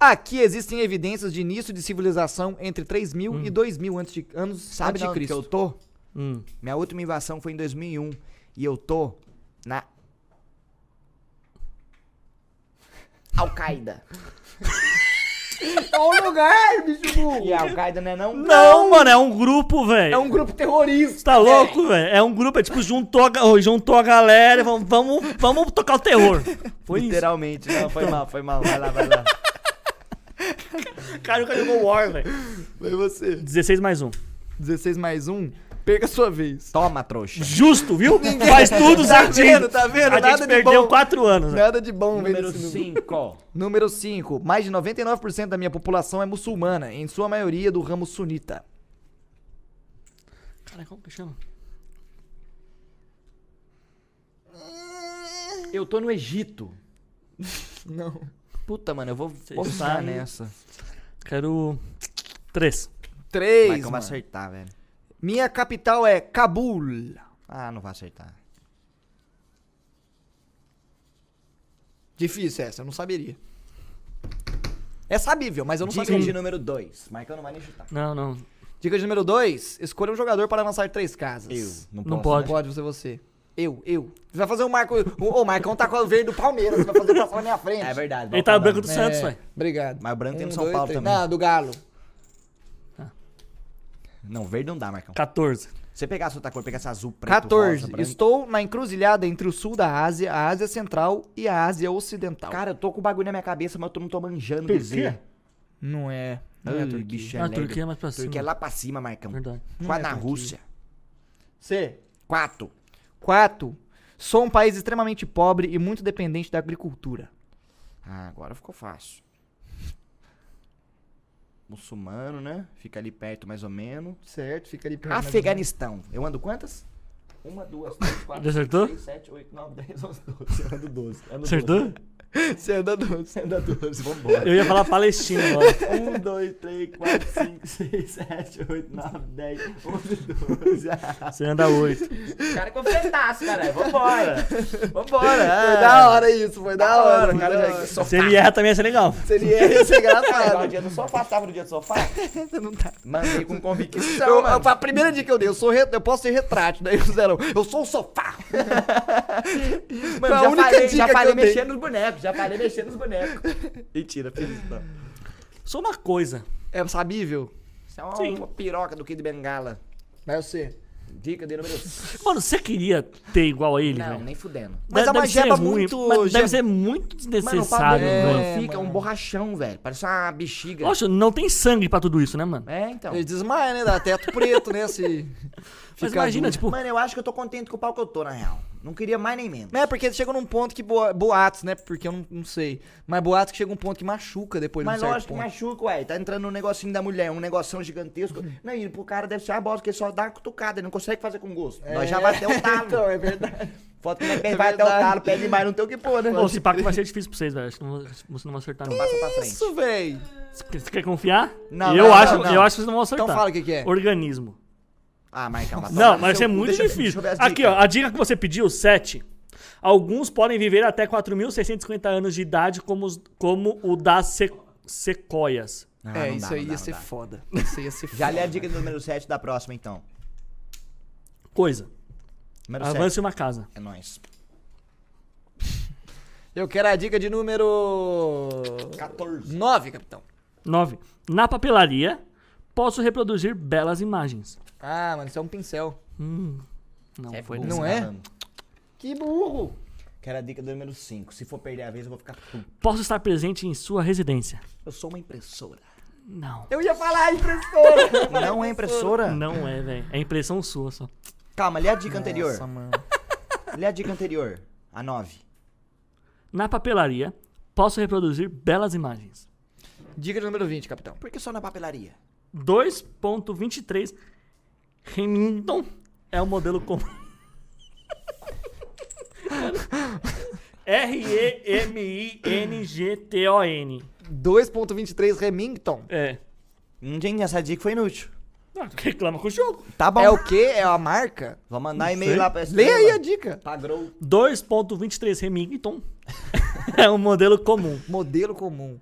A: Aqui existem evidências de início de civilização entre 3000 e 2000 antes de, anos
B: Sabe
A: antes
B: onde
A: de
B: que eu
A: Cristo.
B: tô?
C: Hum.
B: Minha última invasão foi em 2001. E eu tô na... Al-Qaeda.
A: É um lugar, bicho burro.
B: E a Al-Qaeda não é não?
C: Não, mano, é um grupo, velho.
A: É um grupo terrorista.
C: Você tá louco, velho? É um grupo, é tipo, juntou a, ga- ô, juntou a galera e vamos, vamos, vamos tocar o terror. Foi isso.
B: Literalmente. Não, foi mal, foi mal. Vai lá, vai lá.
C: Cara, nunca jogou War, velho.
A: Vai você.
C: 16 mais um.
A: 16 mais 1. Perca a sua vez.
B: Toma, trouxa.
C: Justo, viu? Faz tudo
A: tá
C: certinho.
A: vendo, tá vendo?
C: A
A: Nada
C: gente
A: de
C: perdeu
A: bom.
C: 4 anos, né?
A: Nada de bom, vem
B: Número
A: nesse número.
B: 5.
A: Número 5. Mais de 99% da minha população é muçulmana, em sua maioria do ramo sunita.
C: Cara, como que chama?
B: Eu tô no Egito.
A: Não.
B: Puta, mano, eu vou postar
C: sai.
B: nessa.
C: Quero. 3.
A: 3.
B: Mas vou acertar, velho.
A: Minha capital é Cabul.
B: Ah, não vou acertar.
A: Difícil essa, eu não saberia. É sabível, mas eu não
B: Dica
A: sabia.
B: de número 2. Michael não vai nem chutar.
C: Não, não.
A: Dica de número 2. Escolha um jogador para lançar três casas.
B: Não,
C: Não
B: posso,
A: Não
C: pode.
A: pode você, você. Eu, eu. Você vai fazer o Marco. O, o Marcão tá com a verde do Palmeiras. Você vai fazer pra cima na minha frente.
B: É verdade.
C: Ele tá
B: Balcão
C: branco
B: não.
C: do Santos, velho.
A: É, Obrigado.
B: Mas o branco tem no
A: Um,
B: São
A: dois,
B: Paulo
A: três.
B: também.
A: Não, do Galo.
B: Não, verde não dá, Marcão.
C: 14.
B: Você pegar essa outra cor, pegar essa azul, preto,
A: 14.
B: rosa, branco.
A: Estou na encruzilhada entre o sul da Ásia, a Ásia Central e a Ásia Ocidental.
B: Cara, eu tô com o bagulho na minha cabeça, mas eu não tô manjando dizer.
A: Não é. Não é
B: Ai,
A: Turquia.
B: bicho, é
C: Ah,
B: lerdo.
C: Turquia é mais pra cima.
B: Turquia é lá pra cima, Marcão.
C: Verdade.
A: é,
B: Quase na Rússia.
A: C.
B: Quatro.
A: 4. Sou um país extremamente pobre e muito dependente da agricultura.
B: Ah, agora ficou fácil. Muçulmano, né? Fica ali perto, mais ou menos.
A: Certo, fica ali perto.
B: Afeganistão. Eu ando quantas? Uma, duas, três, quatro,
C: Já acertou?
B: seis, sete, oito, nove, dez, onze, doze. Eu ando doze. Ando
C: Acertou?
A: Você anda doce.
B: Doze. Ando doze. Vambora.
C: Eu ia falar Palestina agora.
B: Um, dois, três, quatro, cinco, seis, sete, oito, nove, dez, onze, doze.
C: Você anda 8.
B: cara confetaço, caralho. Vambora. Vambora.
A: Foi da hora isso, foi da hora, cara. Já... Só
C: Se
B: tá.
C: ele erra também ia ser legal.
A: seria ia ser
B: Tava no
A: engraçado.
B: dia do sofá, tava no dia do sofá.
A: Você não tá.
B: Mandei com convicção,
A: Eu,
B: mano.
A: a primeira dica que eu dei, eu sou re- eu posso ser retrátil, daí o Zerão, eu sou um sofá.
B: Mano,
A: a
B: já
A: única
B: falei,
A: dica
B: já
A: que
B: falei
A: eu dei.
B: mexendo nos bonecos, já falei mexendo nos bonecos. Mentira, fiz isso não.
C: Só uma coisa.
A: É sabível?
B: Isso é uma,
C: Sim.
B: uma piroca do Kid Bengala.
A: Vai você.
B: Dica de número 5.
C: Mano, você queria ter igual a ele,
B: Não,
C: velho?
B: nem fudendo.
A: Mas é
C: Deve
A: uma
C: ser
A: gema
C: ruim,
A: muito
C: mas
A: gema-
C: Deve ser muito
B: Mano, o Pablo
C: desnecessário,
B: é,
C: velho.
B: fica um borrachão, velho. Parece uma bexiga.
C: Lógico, não tem sangue pra tudo isso, né, mano?
B: É, então.
A: Ele desmaia, né? Dá teto preto, né? Se
C: Mas
A: ficar
C: imagina,
A: duro.
C: tipo,
B: Mano, eu acho que eu tô contente com o pau que eu tô, na real. Não queria mais nem menos.
A: É, porque chega num ponto que boa- boatos, né? Porque eu não, não sei. Mas boatos que chega um ponto que machuca depois de um
B: Mas
A: certo
B: lógico que
A: ponto.
B: machuca, ué. Tá entrando um negocinho da mulher, um negocinho gigantesco.
A: Uhum.
B: Não, e pro cara deve ser uma bosta, porque ele só dá uma cutucada, ele não consegue fazer com gosto. Nós já vai até o talo.
A: É. Então, é verdade.
B: Foto que ele perde, vai até o
A: verdade.
B: talo, perde mais, não tem o que pôr, né?
C: Ou se pá que vai ser difícil pra vocês, velho. Acho que não, vocês não vão acertar, não.
B: Passa pra frente.
A: Isso, véi.
C: Você quer confiar?
B: Não,
C: eu
B: não,
C: acho,
B: não, não.
C: Eu acho que vocês não vão acertar.
A: Então fala o que que é.
C: Organismo.
B: Ah, mas calma.
C: Não,
B: toma no
C: mas isso
B: seu
C: é
B: cu,
C: muito
B: deixa eu-
C: difícil.
B: deixa eu ver as
C: Aqui,
B: dicas.
C: ó, a dica que você pediu, 7. Alguns podem viver até 4.650 anos de idade, como, os- como o das se- sequoias.
B: Ah,
A: é,
B: não dá,
A: isso
B: não
A: aí
B: dá,
A: ia
B: não
A: ser
B: dá.
A: foda. Isso aí ia ser foda.
B: Já lê a dica do número 7 da próxima, então.
C: Coisa.
B: Número 7.
C: Avance uma casa.
B: É nóis.
A: Eu quero a dica de número.
B: 14.
A: 9, capitão.
C: 9. Na papelaria, posso reproduzir belas imagens.
A: Ah, mano, isso é um pincel.
C: Hum, não
B: É
C: foi
B: burro,
C: dessa.
A: Não é?
B: falando.
A: Que burro.
B: Quero a dica do número 5. Se for perder a vez, eu vou ficar puto.
C: Posso estar presente em sua residência.
B: Eu sou uma impressora.
C: Não.
A: Eu ia falar impressora.
B: Não é impressora?
C: Não é, velho. É impressão sua só.
B: Calma, lê a dica anterior.
A: Nossa, mano.
B: Lê a dica anterior. A 9.
C: Na papelaria, posso reproduzir belas imagens.
A: Dica de número 20, capitão.
B: Por que só na papelaria?
C: 2.23 Remington é o modelo comum. R-E-M-I-N-G-T-O-N.
A: 2.23 Remington.
C: É.
B: Hum, Gente, essa dica foi inútil.
C: Ah, tu reclama com o jogo.
B: Tá bom.
A: É o quê? É a marca?
B: Vou mandar
C: sei.
B: e-mail lá pra
A: Leia aí a dica.
B: Pagrou.
C: 2.23 Remington é um modelo comum.
A: Modelo comum.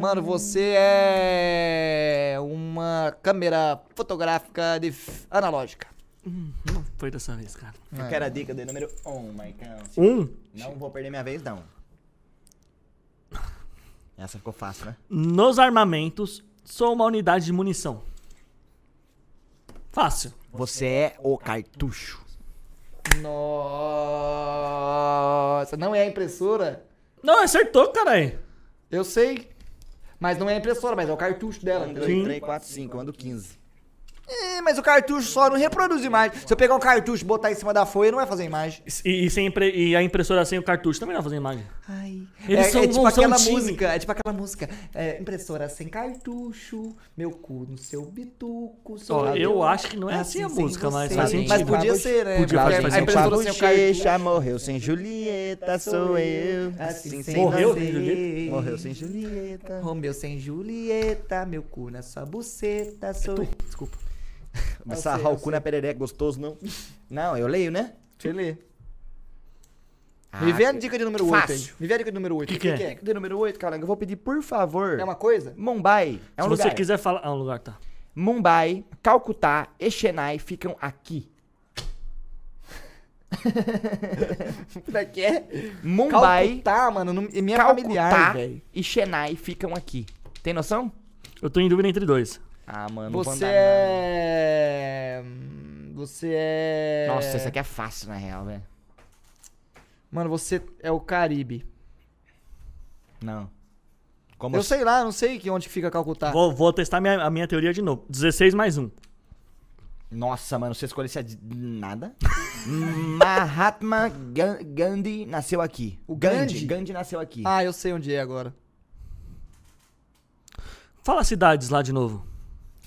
A: Mano, você é uma câmera fotográfica de f- analógica.
C: Não foi dessa vez, cara.
B: Eu quero a dica do número 1, Maicão. Se-
C: Um,
B: Não vou perder minha vez, não. Essa ficou fácil, né?
C: nos armamentos, sou uma unidade de munição. Fácil.
B: Você é o cartucho.
A: Nossa, não é a impressora?
C: Não, acertou, caralho.
A: Eu sei. Mas não é a impressora, mas é o cartucho dela.
B: 1,
A: entendeu?
B: 2, 3, 4, 5. Ando 15.
A: É, mas o cartucho só não reproduz imagem. Se eu pegar um cartucho e botar em cima da folha, não vai fazer imagem.
C: E, e sem impre- e a impressora sem o cartucho também não vai fazer imagem.
A: Ai.
C: Eles
A: é,
C: são-
A: é tipo
C: são
A: aquela
C: time.
A: música, é tipo aquela música. é, impressora sem cartucho, meu cu no seu bituco.
C: Ó,
A: só
C: eu acho que não é assim a
A: sem
C: música, mas
A: você.
C: faz sentido.
A: Mas podia
B: Podia
A: ser, né?
C: fazer
A: Porque
C: sentido.
A: a impressora sem o cartucho.
B: morreu sem Julieta, sou eu. Assim sem
C: Morreu
B: você.
C: sem Julieta?
B: Morreu sem Julieta.
A: Romeu sem Julieta, meu cu na sua buceta, sou um eu. Desculpa.
B: Mas
A: Eu
B: sarrar
A: sei,
B: o
A: eu
B: cu na perereca, gostoso não? Não, eu leio, né?
A: Deixa eu ler. Me vê a dica de número 8 aí.
B: Ah, Fácil.
A: Me vê a dica de número 8.
C: Que que é?
B: De número 8, cara, eu vou pedir, por favor.
A: É uma coisa?
B: Mumbai. É um
C: Se
B: lugar.
C: você quiser falar. Ah, um lugar, tá.
B: Mumbai, Calcutá e Chennai ficam aqui.
A: Como é que é?
B: Mumbai,
A: Calcutá, mano. não- e Minha
B: Calcutá
A: familiar, velho.
B: e Chennai ficam aqui. Tem noção?
C: Eu tô em dúvida entre dois.
B: Ah, mano, não vou
A: Você
B: andar, não.
A: é... Você é...
B: Nossa, isso aqui é fácil, na real, velho.
A: Mano, você é o Caribe.
B: Não. Como assim?
A: Eu sei lá, não sei que onde que fica Calcutá.
C: Vou, vou testar minha, a minha teoria de novo. 16 mais um.
B: Nossa, mano, você escolhesse a... de- nada? Mahatma Gan- Gandhi nasceu aqui.
A: O Gandhi?
B: Gandhi nasceu aqui.
A: Ah, eu sei onde é agora.
C: Fala as cidades lá de novo.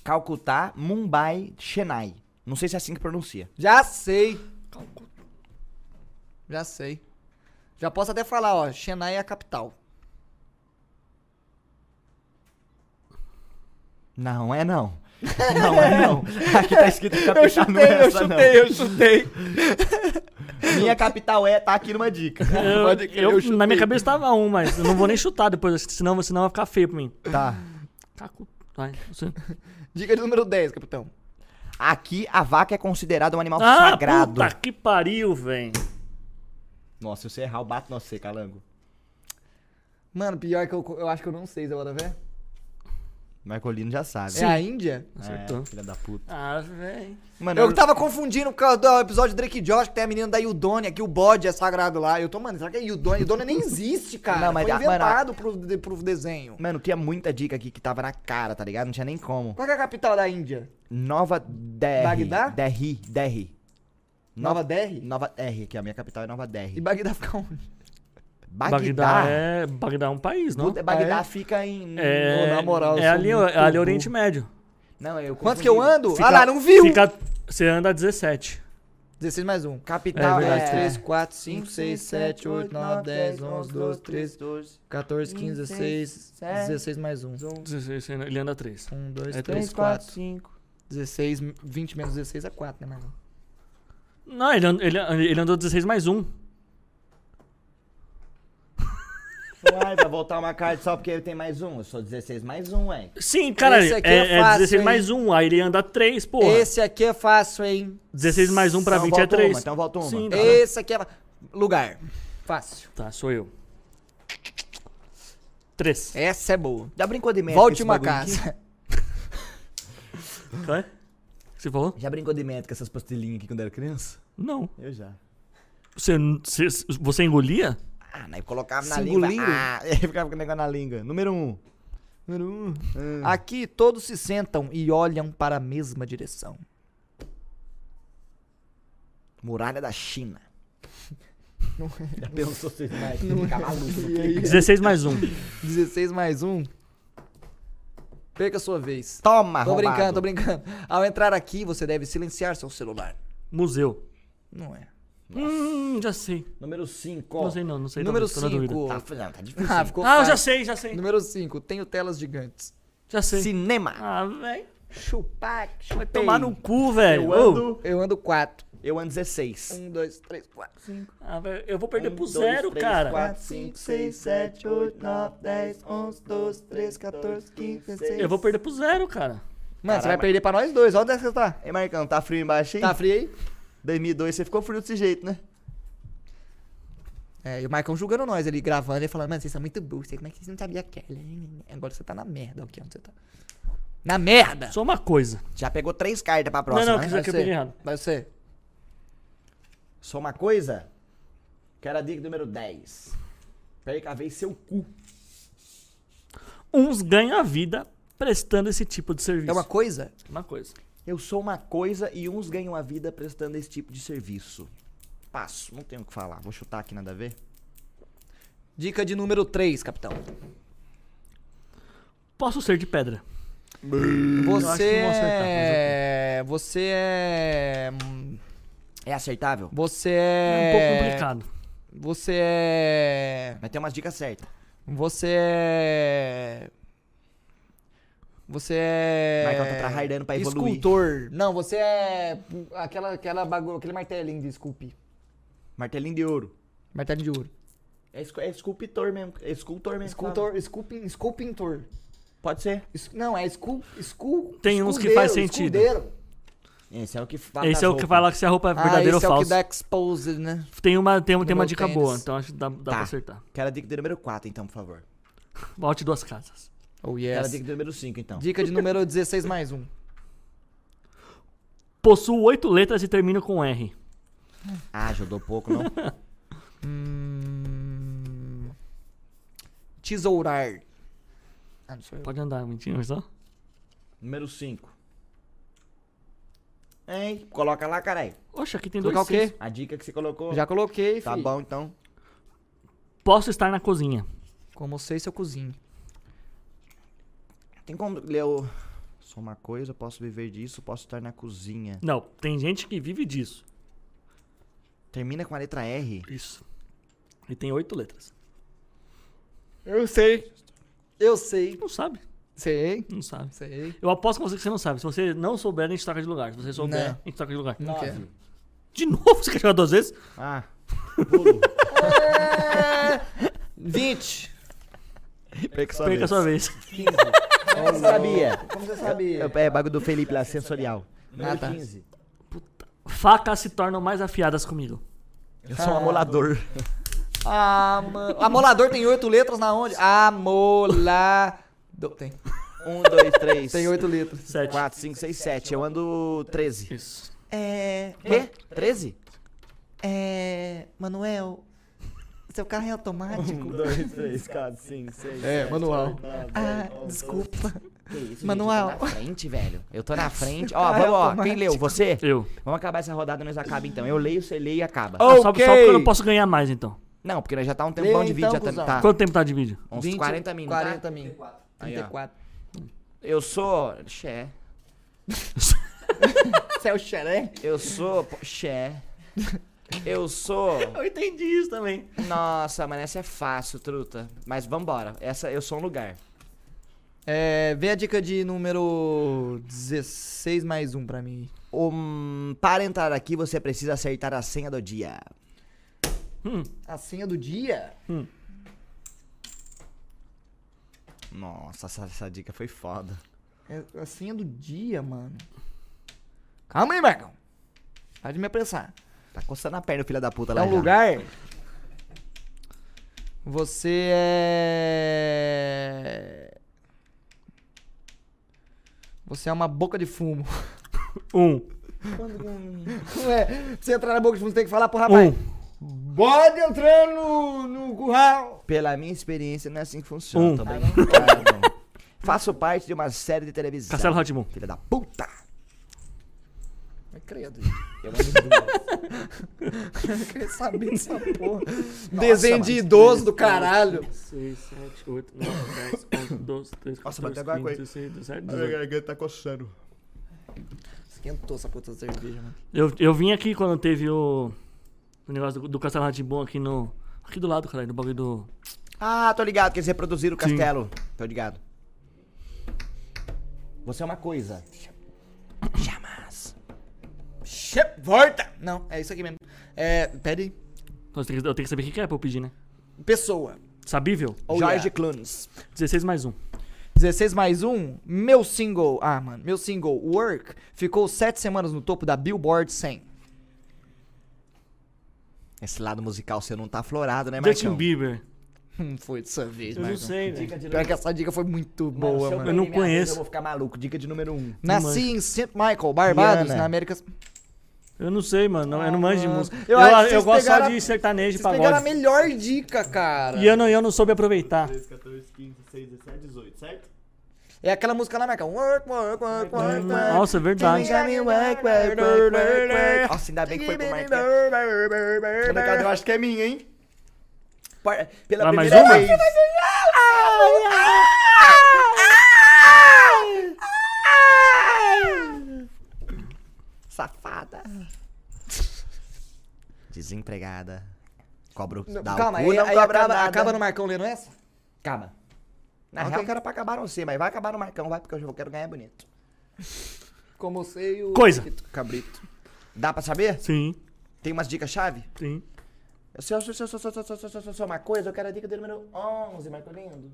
B: Calcutá, Mumbai, Chennai. Não sei se é assim que pronuncia.
A: Já sei. Já sei. Já posso até falar, ó. Chennai é a capital.
B: Não é não. Não é não. Aqui tá escrito capital, não é essa não.
A: eu chutei.
B: Minha capital é, tá aqui numa dica.
C: Eu-
B: Pode crer,
C: eu-
B: eu chutei.
C: na minha cabeça tava um, mas eu não vou nem chutar depois, senão, senão vai ficar feio pra mim.
B: Tá.
C: Cacu. Vai, você-
A: Dica de número 10, capitão.
B: Aqui a vaca é considerada um animal
C: Ah,
B: sagrado.
C: puta que pariu, velho.
B: Nossa, se você errar, eu bato no você, calango.
A: Mano, pior que eu, eu acho que eu não sei agora, velho.
B: Marcolino já sabe.
A: É a Índia?
C: Acertou.
B: É, filha da puta. tá-
C: Ah, velho.
B: Mano,
A: Eu tava confundindo com o do episódio de Drake e Josh, que tem a menina da Yudone, que o bode é sagrado lá. Eu tô, mano, será que é Yudone? Yudone nem existe, cara.
B: Não, mas
A: Foi
B: a-
A: inventado pro, de- pro desenho.
B: Mano, tinha muita dica aqui que tava na cara, tá ligado? Não tinha nem como.
A: Qual que é a capital da Índia?
B: Nova DR.
A: Bagdá?
B: DR, DR.
A: Nova
B: DR?
A: DR?
B: Nova DR, que a minha capital é Nova
A: E
B: DR.
A: Bagdá fica onde?
C: Bagdá
B: Bagdá.
C: é, Bagdá é um país, não?
B: Puta, Bagdá
A: Ah, é?
B: fica em.
C: É,
A: Ô, na moral, eu
C: é
A: sou
C: ali,
A: muito
C: é ali
A: burro.
C: Oriente Médio.
B: Não, eu
A: Quanto
B: confundi.
A: que eu ando?
C: Fica-
A: ah lá, não viu!
C: Fica, você anda 17.
A: 16 mais 1.
B: Capital
C: É
B: é,
C: verdade,
A: 3, 4, 5, 6, 7, 8, 9, 10, 11, 12, 13,
B: 12.
A: 14, 15, 16, 16 mais 1.
C: 16, ele anda 3.
A: 1, 2,
C: É
A: 3,
B: 4,
A: 4.
B: 5.
A: 16, 20 menos 16 é 4, né, Marlon?
C: Não, ele, and- ele, ele andou 16 mais 1.
B: Ai, vai voltar uma carta só porque tem mais um. Eu sou 16 mais um, ué.
C: Sim, cara,
A: Esse
C: é,
A: aqui é
C: é
A: fácil,
C: 16
A: hein?
C: mais 1. Aí ele anda 3, porra.
A: Esse aqui é fácil, hein?
C: 16 mais 1 pra
B: Então
C: 20 é
B: volta uma,
C: 3.
B: então volta uma.
C: Sim,
B: Tá.
C: cara.
A: Esse aqui é. fa- Lugar. Fácil.
C: Tá, sou eu. 3.
A: Essa é boa.
B: Já brincou de métrica?
A: Volte
B: esse
A: uma
B: bagulho aqui?
A: casa.
C: é? Você falou?
B: Já brincou de métrica essas pastelinhas aqui quando era criança?
C: Não.
B: Eu já.
C: Você, você, você engolia?
B: Ah, né? Colocava na língua.
A: Singulinho?
B: Ah, aí ficava com o negócio na língua. Número 1. Um. Número 1. Um. Ah.
A: Aqui todos se sentam e olham para a mesma direção.
B: Muralha da China.
A: é.
B: Já pensou vocês mais? Fica maluco. não clica.
C: 16 mais 1.
A: 16 mais 1. Perca a sua vez.
B: Toma,
A: Tô
B: arrombado.
A: brincando, tô brincando. Ao entrar aqui, você deve silenciar seu celular.
C: Museu.
A: Não é.
C: Hum, já sei.
B: Número 5.
C: Não sei não, não sei
A: Número
C: não, tô na dúvida.
A: 5.
B: Tá, não, tá difícil.
A: Ah,
B: hein?
A: ficou
C: Ah, eu
A: fácil.
C: já sei, já sei.
A: Número 5. Tenho telas gigantes.
C: Já sei.
B: Cinema.
C: Ah, velho.
A: Chupar,
C: Vai
A: chupar.
C: tomar no cu, velho.
B: Eu
C: Ô.
B: ando,
A: Eu ando Um, 4.
B: eu ando 16.
A: 1, 2, 3, 4, 5.
C: Ah, velho, eu vou
A: Um,
C: perder pro zero, cara.
B: 4, 5, 6, 7, 8, 9, 10, 11, 12, 13, 14, 15, 16.
C: Eu vou perder pro zero, cara.
A: Mano, você vai
B: Caralho.
A: perder pra nós dois. Olha onde é que você tá.
B: Ei, Marcão, tá frio embaixo, hein?
A: Tá frio aí?
B: 2002, você ficou frio desse jeito, né?
A: É, e o Marcão julgando nós ali, gravando e falando, mano, vocês são muito burros, como é que vocês não sabiam aquela? hein? Agora você tá na merda, o que onde você tá? Na merda!
C: Só uma coisa.
B: Já pegou três cartas pra próxima,
C: não,
B: né?
C: que isso aqui eu
A: Vai ser.
C: peguei errado.
A: Vai ser.
B: Só uma coisa. Quero a dica número 10. Perca a vez seu cu.
C: Uns ganham a vida prestando esse tipo de serviço.
A: É uma coisa?
C: Uma coisa.
B: Eu sou uma coisa e uns ganham a vida prestando esse tipo de serviço. Passo, não tenho o que falar. Vou chutar aqui nada a ver.
A: Dica de número 3, capitão.
C: Posso ser de pedra. acho que
A: Você
C: não vou acertar, mas
A: é... Você é... hum,
B: É acertável?
A: Você
C: É um pouco
A: é...
C: complicado.
A: Você é...
B: Mas tem umas dicas certas.
A: Você é... Você é...
B: Marcão tá tryhardando pra evoluir.
A: Escultor. Não, você é... Aquela, aquela bagulho, aquele martelinho de esculpir.
B: Martelinho de ouro.
A: Martelinho de ouro.
B: É, escu- é esculpitor mesmo. É escultor mesmo.
A: Escultor, esculpin, esculpintor.
B: fala. Pode ser.
A: Es- não, é escul, escul,
C: Tem uns que faz
A: escudeiro,
C: sentido.
A: escudeiro.
B: Esse é o que fala.
C: Esse é o que vai lá se a roupa é
A: tá, Ah, esse
C: verdadeira ou
A: é o que
C: falsa.
A: dá exposed, né?
C: Tem uma, tem, tem
A: Número
C: uma dica
A: tênis. Tá.
C: boa, então acho que dá, dá pra acertar.
B: Quero a dica de número 4, então, por favor.
C: Volte duas casas.
A: Oh,
B: Quero a
A: yes.
B: dica É de número 5, então.
A: Dica de número 16 mais um.
C: Possuo oito letras e termino com R.
B: Ah, ajudou pouco, não?
A: Hum, tesourar. Ah, não sou eu.
C: Pode andar, mentira, só.
B: número 5. Hein? Coloca lá, carai.
C: Oxe, aqui tem dois
A: Colocar o
C: seis.
A: quê?
B: A dica que você colocou.
A: Já coloquei,
B: Tá
A: fi.
B: bom, então.
C: Posso estar na cozinha.
A: Como sei se eu cozinho.
B: Tem como ler o... Sou uma coisa, posso viver disso, posso estar na cozinha.
C: Não, tem gente que vive disso.
B: Termina com a letra R.
C: Isso. E tem oito letras.
A: Eu sei. Eu sei.
C: Não sabe,
A: Sei.
C: não sabe.
A: Sei.
C: Eu aposto com você que você não sabe. Se você não souber, a gente troca de lugar. Se você souber,
A: Não.
C: a gente troca de lugar.
A: Não
B: Nove.
C: De novo? Você quer jogar duas vezes?
B: Ah. Pulo.
A: 20.
B: Perca sua
C: Perca a sua vez.
B: Eu não sabia.
A: Como você sabia?
B: É bagulho do Felipe lá, sensorial.
A: Ah, tá.
C: Facas se tornam mais afiadas comigo.
B: Eu sou um amolador.
A: Ah, mano. Amolador tem oito letras na onde? Amolador. Tem.
B: Um, dois, três.
A: Tem oito letras.
C: Sete.
B: Quatro, cinco, seis, sete. Eu ando 13.
C: Isso.
A: É.
B: Quê? 13?
A: É. Manuel. seu carro é
B: Um,
A: automático.
D: 2, 3, 4, 5, 6.
E: É, manual.
A: Ah, desculpa.
B: Que isso, gente,
A: Manual.
B: Eu tô na frente, velho. Eu tô na frente. Ó, vamos, ó. Quem leu? Você?
C: Eu.
B: Vamos acabar essa rodada, nós acaba então. Eu leio, você lê e acaba.
C: Ah, Só, só
E: Ok.
C: porque eu não posso ganhar mais, então.
B: Não, porque nós já tá um tempão
A: Lê
B: de vídeo,
A: então,
B: já
A: cuzão.
B: tá, tá
C: Quanto tempo tá de vídeo?
B: uns
A: 20,
B: 40 minutos. tá?
A: 40 mil.
B: Aí, ó.
A: 34.
B: Eu sou. Xé.
A: Você é o xeré?
B: Eu sou. pô, Xé. Eu sou.
A: Eu entendi isso também.
B: Nossa, mano, essa é fácil, truta. Mas vambora. Essa eu sou um lugar.
A: É, vê a dica de número 16 mais um pra mim.
B: Um, para entrar aqui, você precisa acertar a senha do dia.
A: A senha do dia?
B: Hum. Nossa, essa, essa dica foi foda.
A: É a senha do dia, mano. Calma aí, Marcão. Pode me apressar.
B: Tá coçando a perna, o filho da puta lá.
A: É um
B: já.
A: lugar. Você é. Você é uma boca de fumo.
C: Um.
A: um- Ué, você entrar na boca de fumo, você tem que falar pro rapaz.
C: Um.
A: Pode entrar no, no curral.
B: Pela minha experiência, não é assim que funciona.
C: Um.
B: Tô brincando. Faço parte de uma série de televisão.
C: Castelo Rá-Tim-Bum.
B: Filha da puta. É
A: Mas credo.
B: Eu amo duas.
A: Eu queria saber dessa porra.
E: Desenho de idoso do caralho.
C: 6, 7, 8, 9, 10, 11, 12, 13,
B: Nossa, bateu 14, agora a 15, coisa.
C: 16, 17,
D: garganta tá coçando.
A: Esquentou essa puta cerveja, né? mano.
C: Eu, eu vim aqui quando teve o, o negócio do, do Castelo Rá-Tim-Bum aqui no... Aqui do lado, caralho, no bagulho do...
B: Ah, tô ligado que eles reproduziram o
C: Sim.
B: castelo. Tô ligado. Você é uma coisa. Chamas.
A: Che- Volta! Não, é isso aqui mesmo. É. Pera aí.
C: Então, você tem que- eu tenho que saber o que que é pra eu pedir, né?
A: Pessoa.
C: Sabível?
A: Oh.
B: Jorge Clunes.
C: 16 mais um.
A: 16 mais um. meu single. Ah, mano. Meu single Work ficou sete semanas no topo da Billboard 100.
B: Esse lado musical seu não tá florado,
A: É
B: né,
C: Justin
B: Marcão?
A: um.
C: Bieber.
A: Não Hum, foi dessa vez,
C: Eu não
A: mano.
C: sei, né? é velho.
A: Pior que essa dica foi muito
B: Mano, se
A: boa, mano.
B: perder
C: não
B: minha vez,
C: conheço.
B: Eu vou ficar maluco. Dica de número um.
A: Nasci em St. Michael, Barbados,
B: Rihanna.
A: na América.
C: Eu não sei, mano. Eu não manjo de música. Eu,
A: Ah. Eu acho que
C: eu,
A: vocês
C: gosto só
A: pegaram-
C: de sertanejo e
A: Vocês pegaram a
C: pagode.
A: melhor dica, cara.
C: E eu não, eu não soube aproveitar.
D: 3, 14, 15, 16, 17, 18, certo?
A: É aquela música lá, Marcão. Work, work, work, work, work.
C: Nossa, é verdade.
B: Nossa, ainda bem que foi pro Marcão.
D: Mercado, eu acho que é minha, hein?
B: Par- Pela
C: Vai Ah, mais
B: primeira
C: uma?
B: vez. Safada. Desempregada. Cobra o dá o
A: Calma,
B: cu,
A: aí,
B: não
A: aí
B: cobra
A: acaba,
B: nada.
A: acaba no Marcão lendo essa?
B: Acaba. Na real, que era pra acabar não sei, mas vai acabar no Marcão, vai, porque eu já quero ganhar bonito.
A: Como você e o.
C: Coisa.
B: Cabrito. Dá pra saber?
C: Sim,
B: Tem umas dicas-chave?
C: sim.
B: Se eu sou, se eu sou, se eu sou, se eu sou, se eu sou, se eu sou uma coisa, eu quero a dica do número 11, Marco Lindo.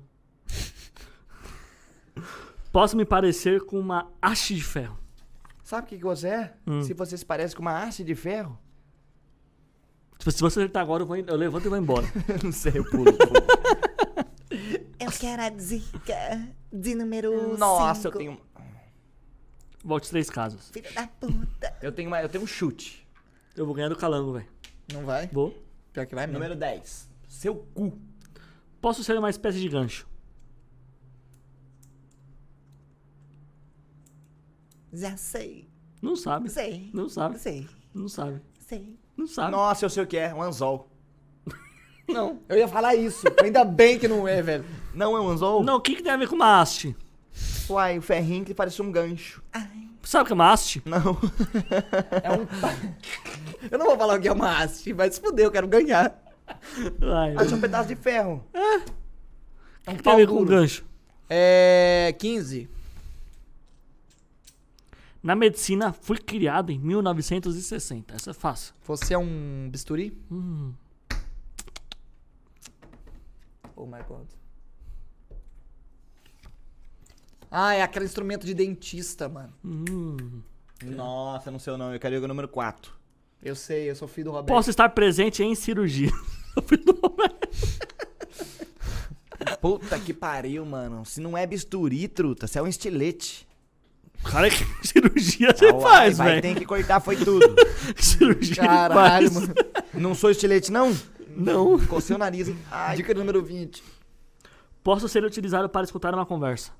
C: Posso me parecer com uma haste de ferro.
B: Sabe o que, que você é? Se você se parece com uma haste de ferro.
C: Tipo, se você acertar agora, eu, vou, eu levanto e vou embora.
B: Não sei, eu pulo. pulo.
A: Eu quero a dica de número
B: Nossa, eu tenho.
C: Volte três casas.
A: Filho da puta.
B: Eu tenho, uma, eu tenho um chute.
C: Eu vou ganhar do calango, velho.
A: Não vai?
C: Vou.
A: Pior que vai mesmo.
B: Número 10. Seu cu.
C: Posso ser uma espécie de gancho.
A: Já sei,
C: Não sabe.
A: sei,
C: Não sabe.
A: sei,
C: Não sabe.
A: sei.
C: é Não sabe.
B: Nossa, eu sei o que é. Um anzol.
A: Não, eu ia falar isso. Ainda bem que não é, velho.
B: Não é um anzol?
C: Não, o que, que tem a ver com uma haste?
B: Uai, o ferrinho que parece um gancho.
C: Sabe o que é uma haste?
B: Não.
A: Eu não vou falar o que é uma haste, mas se fuder, eu quero ganhar.
C: Ai,
B: Parece um pedaço de ferro.
C: o que tem a ver com um gancho?
A: É. 15.
C: Na medicina, fui criado em 1960. Essa é fácil.
A: Você é um bisturi?
B: Hum.
A: Oh my god. Ah, é aquele instrumento de dentista, mano.
C: Hum.
B: Nossa, não sei o nome. Eu quero ir o número 4.
A: Eu sei, eu sou filho do Roberto.
C: Posso estar presente em cirurgia.
B: Puta que pariu, mano. Se não é bisturi, truta, se é um estilete.
C: Cara, é que Tá cirurgia você
B: Uai,
C: faz,
B: vai
C: velho?
B: ter que cortar, foi tudo.
C: Cirurgia ele
A: Caralho,
C: faz.
A: mano.
B: não sou estilete, não?
C: Não.
B: Cocei o nariz, hein? Ai,
F: Dica número 20.
C: Posso ser utilizado para escutar uma conversa.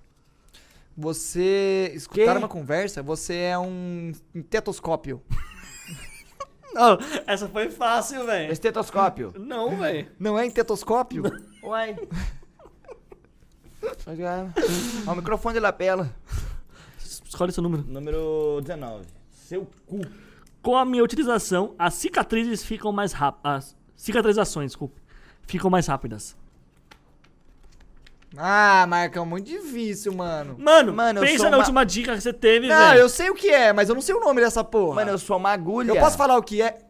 A: Você escutar
B: Quê?
A: uma conversa, você é um tetoscópio.
C: Não, essa foi fácil, velho.
B: É estetoscópio.
C: Não, velho.
A: Não é em tetoscópio?
B: Uai. Ó, o microfone de lapela.
C: Escolhe seu número.
B: Número 19. Seu cu.
C: Com a minha utilização, as cicatrizes ficam mais rápidas. As cicatrizações, desculpa. Ficam mais rápidas.
A: Ah, Marcão, muito difícil, mano.
C: Mano,
B: Mano, eu
C: pensa
B: sou
C: na
B: uma-
C: última dica que você teve, velho.
A: Não, eu sei o que é, mas eu não sei o nome dessa porra.
B: Mano, eu sou uma agulha.
A: eu posso falar o que é?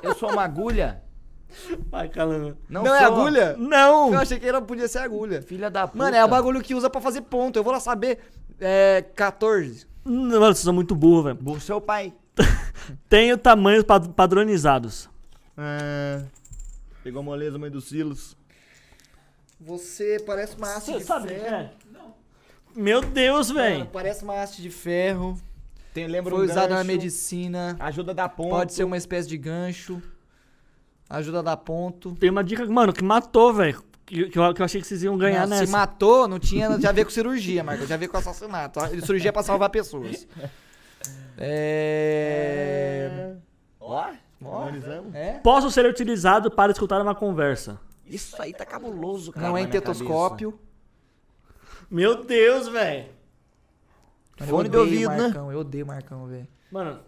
B: Eu sou uma agulha.
C: Vai, calando.
B: Não,
A: não é
B: sou.
A: agulha?
C: Não!
A: Eu achei que ela podia ser agulha.
B: Filha da puta.
A: Mano, é o bagulho que usa pra fazer ponto. Eu vou lá saber. É. 14.
C: Não, Hum, Mano, vocês são muito burros, velho.
B: Burro seu pai.
C: Tenho tamanhos pa- padronizados.
D: É. Pegou a moleza, mãe dos silos.
A: Você parece uma haste de ferro.
C: é? Meu Deus,
A: Mano,
C: velho.
A: parece uma haste de ferro.
B: Tem, lembra
A: Foi
B: um
A: usada na
B: gancho.
A: medicina.
B: Ajuda da ponta.
A: Pode ser uma espécie de gancho. Ajuda a dar ponto.
C: Tem uma dica, mano, que matou, velho. Que, que eu, que eu achei que vocês iam ganhar
A: Não,
C: nessa.
A: Se matou, não tinha nada a ver com cirurgia, Marcos. Já a ver com assassinato. Ele cirurgia pra salvar pessoas. É.
B: Ó,
D: Harmonizamos?
A: É?
C: Posso ser utilizado para escutar uma conversa.
B: isso aí tá cabuloso, cara.
A: Não é
B: na
A: em
B: minha
A: tetoscópio.
C: Meu Deus, velho.
A: Mano,
B: Fone de
A: eu
B: ouvido,
A: odeio
B: né?
A: Marcão, eu odeio Marcão, velho.
C: Mano,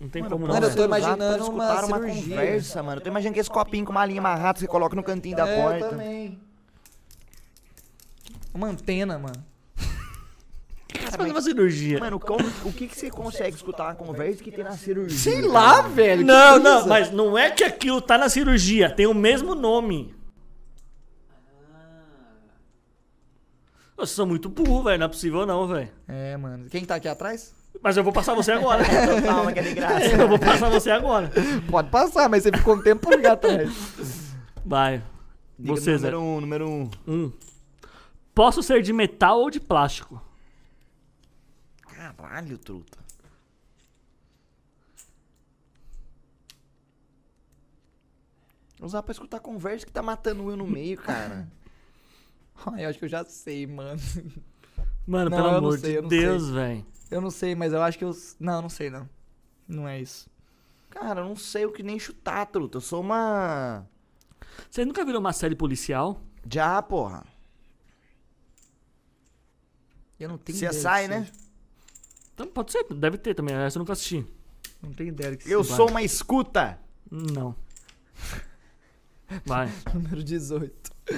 C: não tem como não. né?
B: Mano, eu
A: Usar
B: tô
C: velho.
A: pra
B: imaginando uma,
A: escutar uma
B: cirurgia.
A: conversa,
B: mano. Eu tô imaginando que esse copinho com uma linha amarrada, você coloca no cantinho da porta.
A: É, também. Uma antena, mano.
C: Você faz uma cirurgia.
B: Mano, como, o que, que você consegue escutar a conversa que tem na cirurgia?
A: Sei lá, velho. que
C: Não, não,
A: brisa.
C: mas não é que aquilo tá na cirurgia, tem o mesmo nome. Vocês são muito burro, velho. Não é possível não, velho.
A: É, mano. Quem tá aqui atrás?
C: Mas eu vou passar você agora.
B: Calma, que é de graça.
C: eu vou passar você agora.
A: Pode passar, mas você ficou um tempo ali atrás.
C: Vai.
B: Diga
C: Você, Zé.
D: né?
B: número um, número um.
C: Hum. Posso ser de metal ou de plástico?
B: Caralho, truta. Usar pra escutar a conversa que tá matando eu no meio, cara.
A: Ai, eu acho que eu já sei, mano.
C: Mano,
A: Não,
C: pelo
A: eu não
C: amor
A: sei,
C: de
A: eu não
C: Deus, velho.
A: Eu não sei, mas eu acho que eu. Não, não sei, não. Não é isso.
B: Cara, eu não sei o que nem chutar, truta. Eu sou uma.
C: Você nunca viram uma série policial?
B: Já, porra.
A: Eu não tenho
B: Você
A: ideia. do que
B: sai,
A: seja.
B: né?
C: Então, pode ser, deve ter também. Essa eu nunca assisti.
A: Não tenho ideia do que
B: Eu
A: seja.
B: sou uma escuta.
C: Não. Vai.
A: Número 18.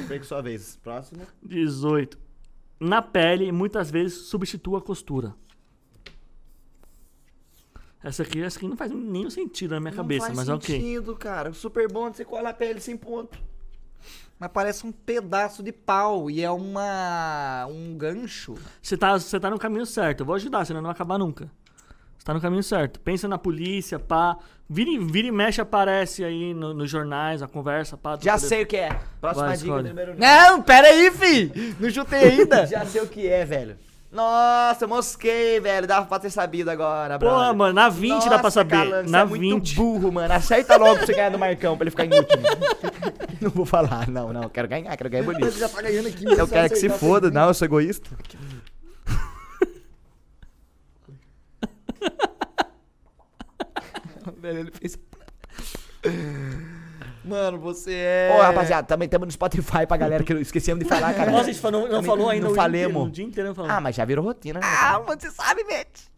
D: Pega sua vez. Próximo.
C: 18. Na pele, muitas vezes substitua a costura. Essa aqui, essa aqui não faz nenhum sentido na minha cabeça,
B: não
C: mas é
B: faz
C: ok.
B: sentido, cara. O super bom você cola a pele sem ponto.
A: Mas parece um pedaço de pau e é uma. um gancho.
C: Você tá, você tá no caminho certo. Eu vou ajudar, senão não vai acabar nunca. Você tá no caminho certo. Pensa na polícia, pá. Vira, e- vira e mexe, aparece aí no- nos jornais, a conversa, pá.
B: Já sei o que é. Próxima
C: Vai,
B: dica
C: escolhe.
B: número 9.
A: Não, pera aí, fi! Não chutei ainda!
B: Já sei o que é, velho. Nossa, mosquei, velho. Dava pra ter sabido agora,
C: Pô,
B: brother.
C: mano, na 20 dá pra
B: Nossa,
C: saber.
B: Calan, você
C: na
B: é
C: 20.
B: muito burro, mano. Acerta logo pra você ganhar do Marcão, pra ele ficar em último. não vou falar, não, não. Quero ganhar, quero ganhar é bonito.
A: já tá ganhando aqui.
B: Eu quero que se foda, não, eu sou egoísta.
A: Velho, ele fez. Mano, você é.
B: Ô, rapaziada, também estamos no Spotify pra galera que esquecemos de falar, cara.
C: Nossa, a gente falou, não
B: Também
C: falou ainda
B: não
C: o dia inteiro,
B: falemos.
C: o dia inteiro não falou.
B: Ah, mas já virou rotina, né?
A: Ah,
B: cara?
A: você sabe, Bete.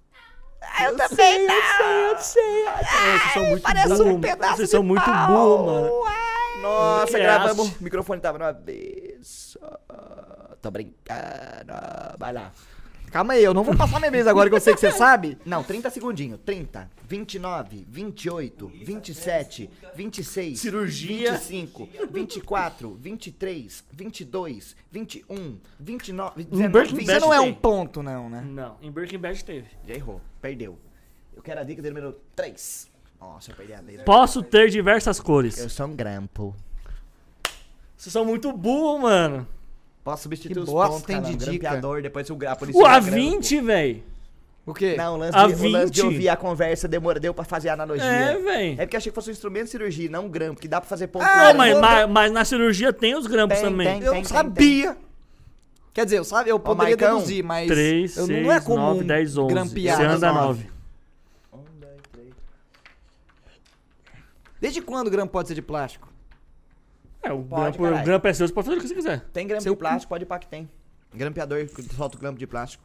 A: Ah, eu, também. não.
C: vocês são muito
A: parece um
C: burro.
A: pedaço
C: Vocês
A: de
C: são muito burro, mano.
B: Nossa,
C: que
B: gravamos.
C: haste.
B: O microfone tava na vez. Tô brincando. Vai lá.
A: Calma aí, eu não vou passar minha vez agora que eu sei que você sabe.
B: Não, 30 segundinhos. 30, 29, 28, 27, 26,
C: Cirurgia.
B: 25, 24, 23, 22, 21, 29,
C: Breaking
B: 19, 20.
C: Bad
A: Você não é um
C: tem.
A: ponto, não, né?
C: Não, em Breaking Bad teve.
B: Já errou, perdeu. Eu quero a dica do número 3. Nossa, eu perdi a vez.
C: Posso ter diversas cores.
B: Eu sou um grampo.
C: Vocês são muito burro, mano.
B: Posso substituir
A: Que
B: os
A: bosta,
B: pontos,
A: hein,
B: cara,
A: de
B: um
A: dica.
B: grampeador, depois o gra- a polícia
C: O
B: é grampo.
C: A20, velho.
A: O quê?
B: Não, o lance,
C: A
B: de, o lance de
C: 20.
B: ouvir a conversa demora, deu pra fazer a analogia.
C: É,
B: É
C: véi.
B: porque achei que fosse um instrumento de cirurgia, não um grão, porque dá pra fazer ponto.
A: Ah,
C: Não, mas, mas, mas na cirurgia tem os grampos
B: Tem,
C: também.
B: tem.
A: eu sabia. Quer dizer, eu, sabe, eu poderia
B: Maicão.
A: deduzir, mas
C: 3,
A: eu,
C: 6,
A: não é comum
C: 9, 10, 11.
A: grampear
C: Você
A: nas
C: anda
A: nove.
C: 9.
B: Um,
A: Desde quando o grampo pode ser de plástico?
C: É, o
B: Pode,
C: grampo, o
B: caralho.
C: grampo é seu, você pode fazer o que você quiser.
B: Tem grampo
A: Seu
B: de plástico, pode ir pra que tem. Grampeador que solta o grampo de plástico.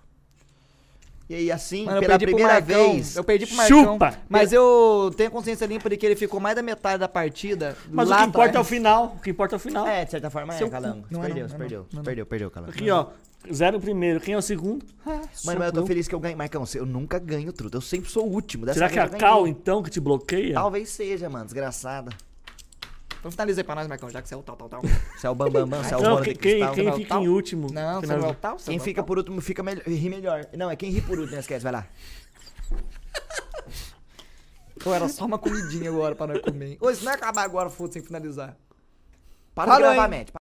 B: E aí, assim,
A: Mano, eu
B: pela
A: perdi pro
B: primeira
A: Marcão.
B: vez.
A: Eu perdi pro Marcão.
C: Chupa!
A: Mas eu tenho consciência limpa de que ele ficou mais da metade da partida.
C: Mas
A: lá
C: o que importa é o
A: atrás.
C: final. O que importa é o final.
B: É, de certa forma
A: Seu
B: é,
A: cu.
B: Calango.
A: Não é
B: perdeu,
A: não,
B: você
A: não é
B: perdeu.
A: não,
B: você
A: não é
B: perdeu, perdeu, Calango.
C: Aqui, ó. Zero o primeiro. Quem é o segundo?
B: Mano, mas eu tô feliz que eu ganhei. Marcão, eu nunca ganho truta. Eu sempre sou o último. Dessa
C: Será que é
B: vez
C: a
B: eu
C: Cal,
B: ganhei. um.
C: então, que te bloqueia?
B: Talvez seja, mano. Desgraçada.
A: Então finaliza aí pra nós, Marcão, já que você é o tal, tal, tal.
B: Se é o Bambam, Bam, se é o
C: Não,
B: Bola
C: quem,
B: de
C: quem,
B: Cristal.
C: quem
A: não,
C: fica
A: tal.
C: em último?
A: Não, você
C: Final-
A: não é o tal, você
B: Quem
A: não é o
B: fica
A: tal.
B: por último fica melhor, ri melhor. Não, é quem ri por último, não esquece, vai lá.
A: Pô, era só é uma comidinha agora pra nós comer. hein? Ô, isso não é acabar agora, foda-se, sem finalizar.
B: Para
A: Falou,
B: de gravar,
A: hein?
B: Matt.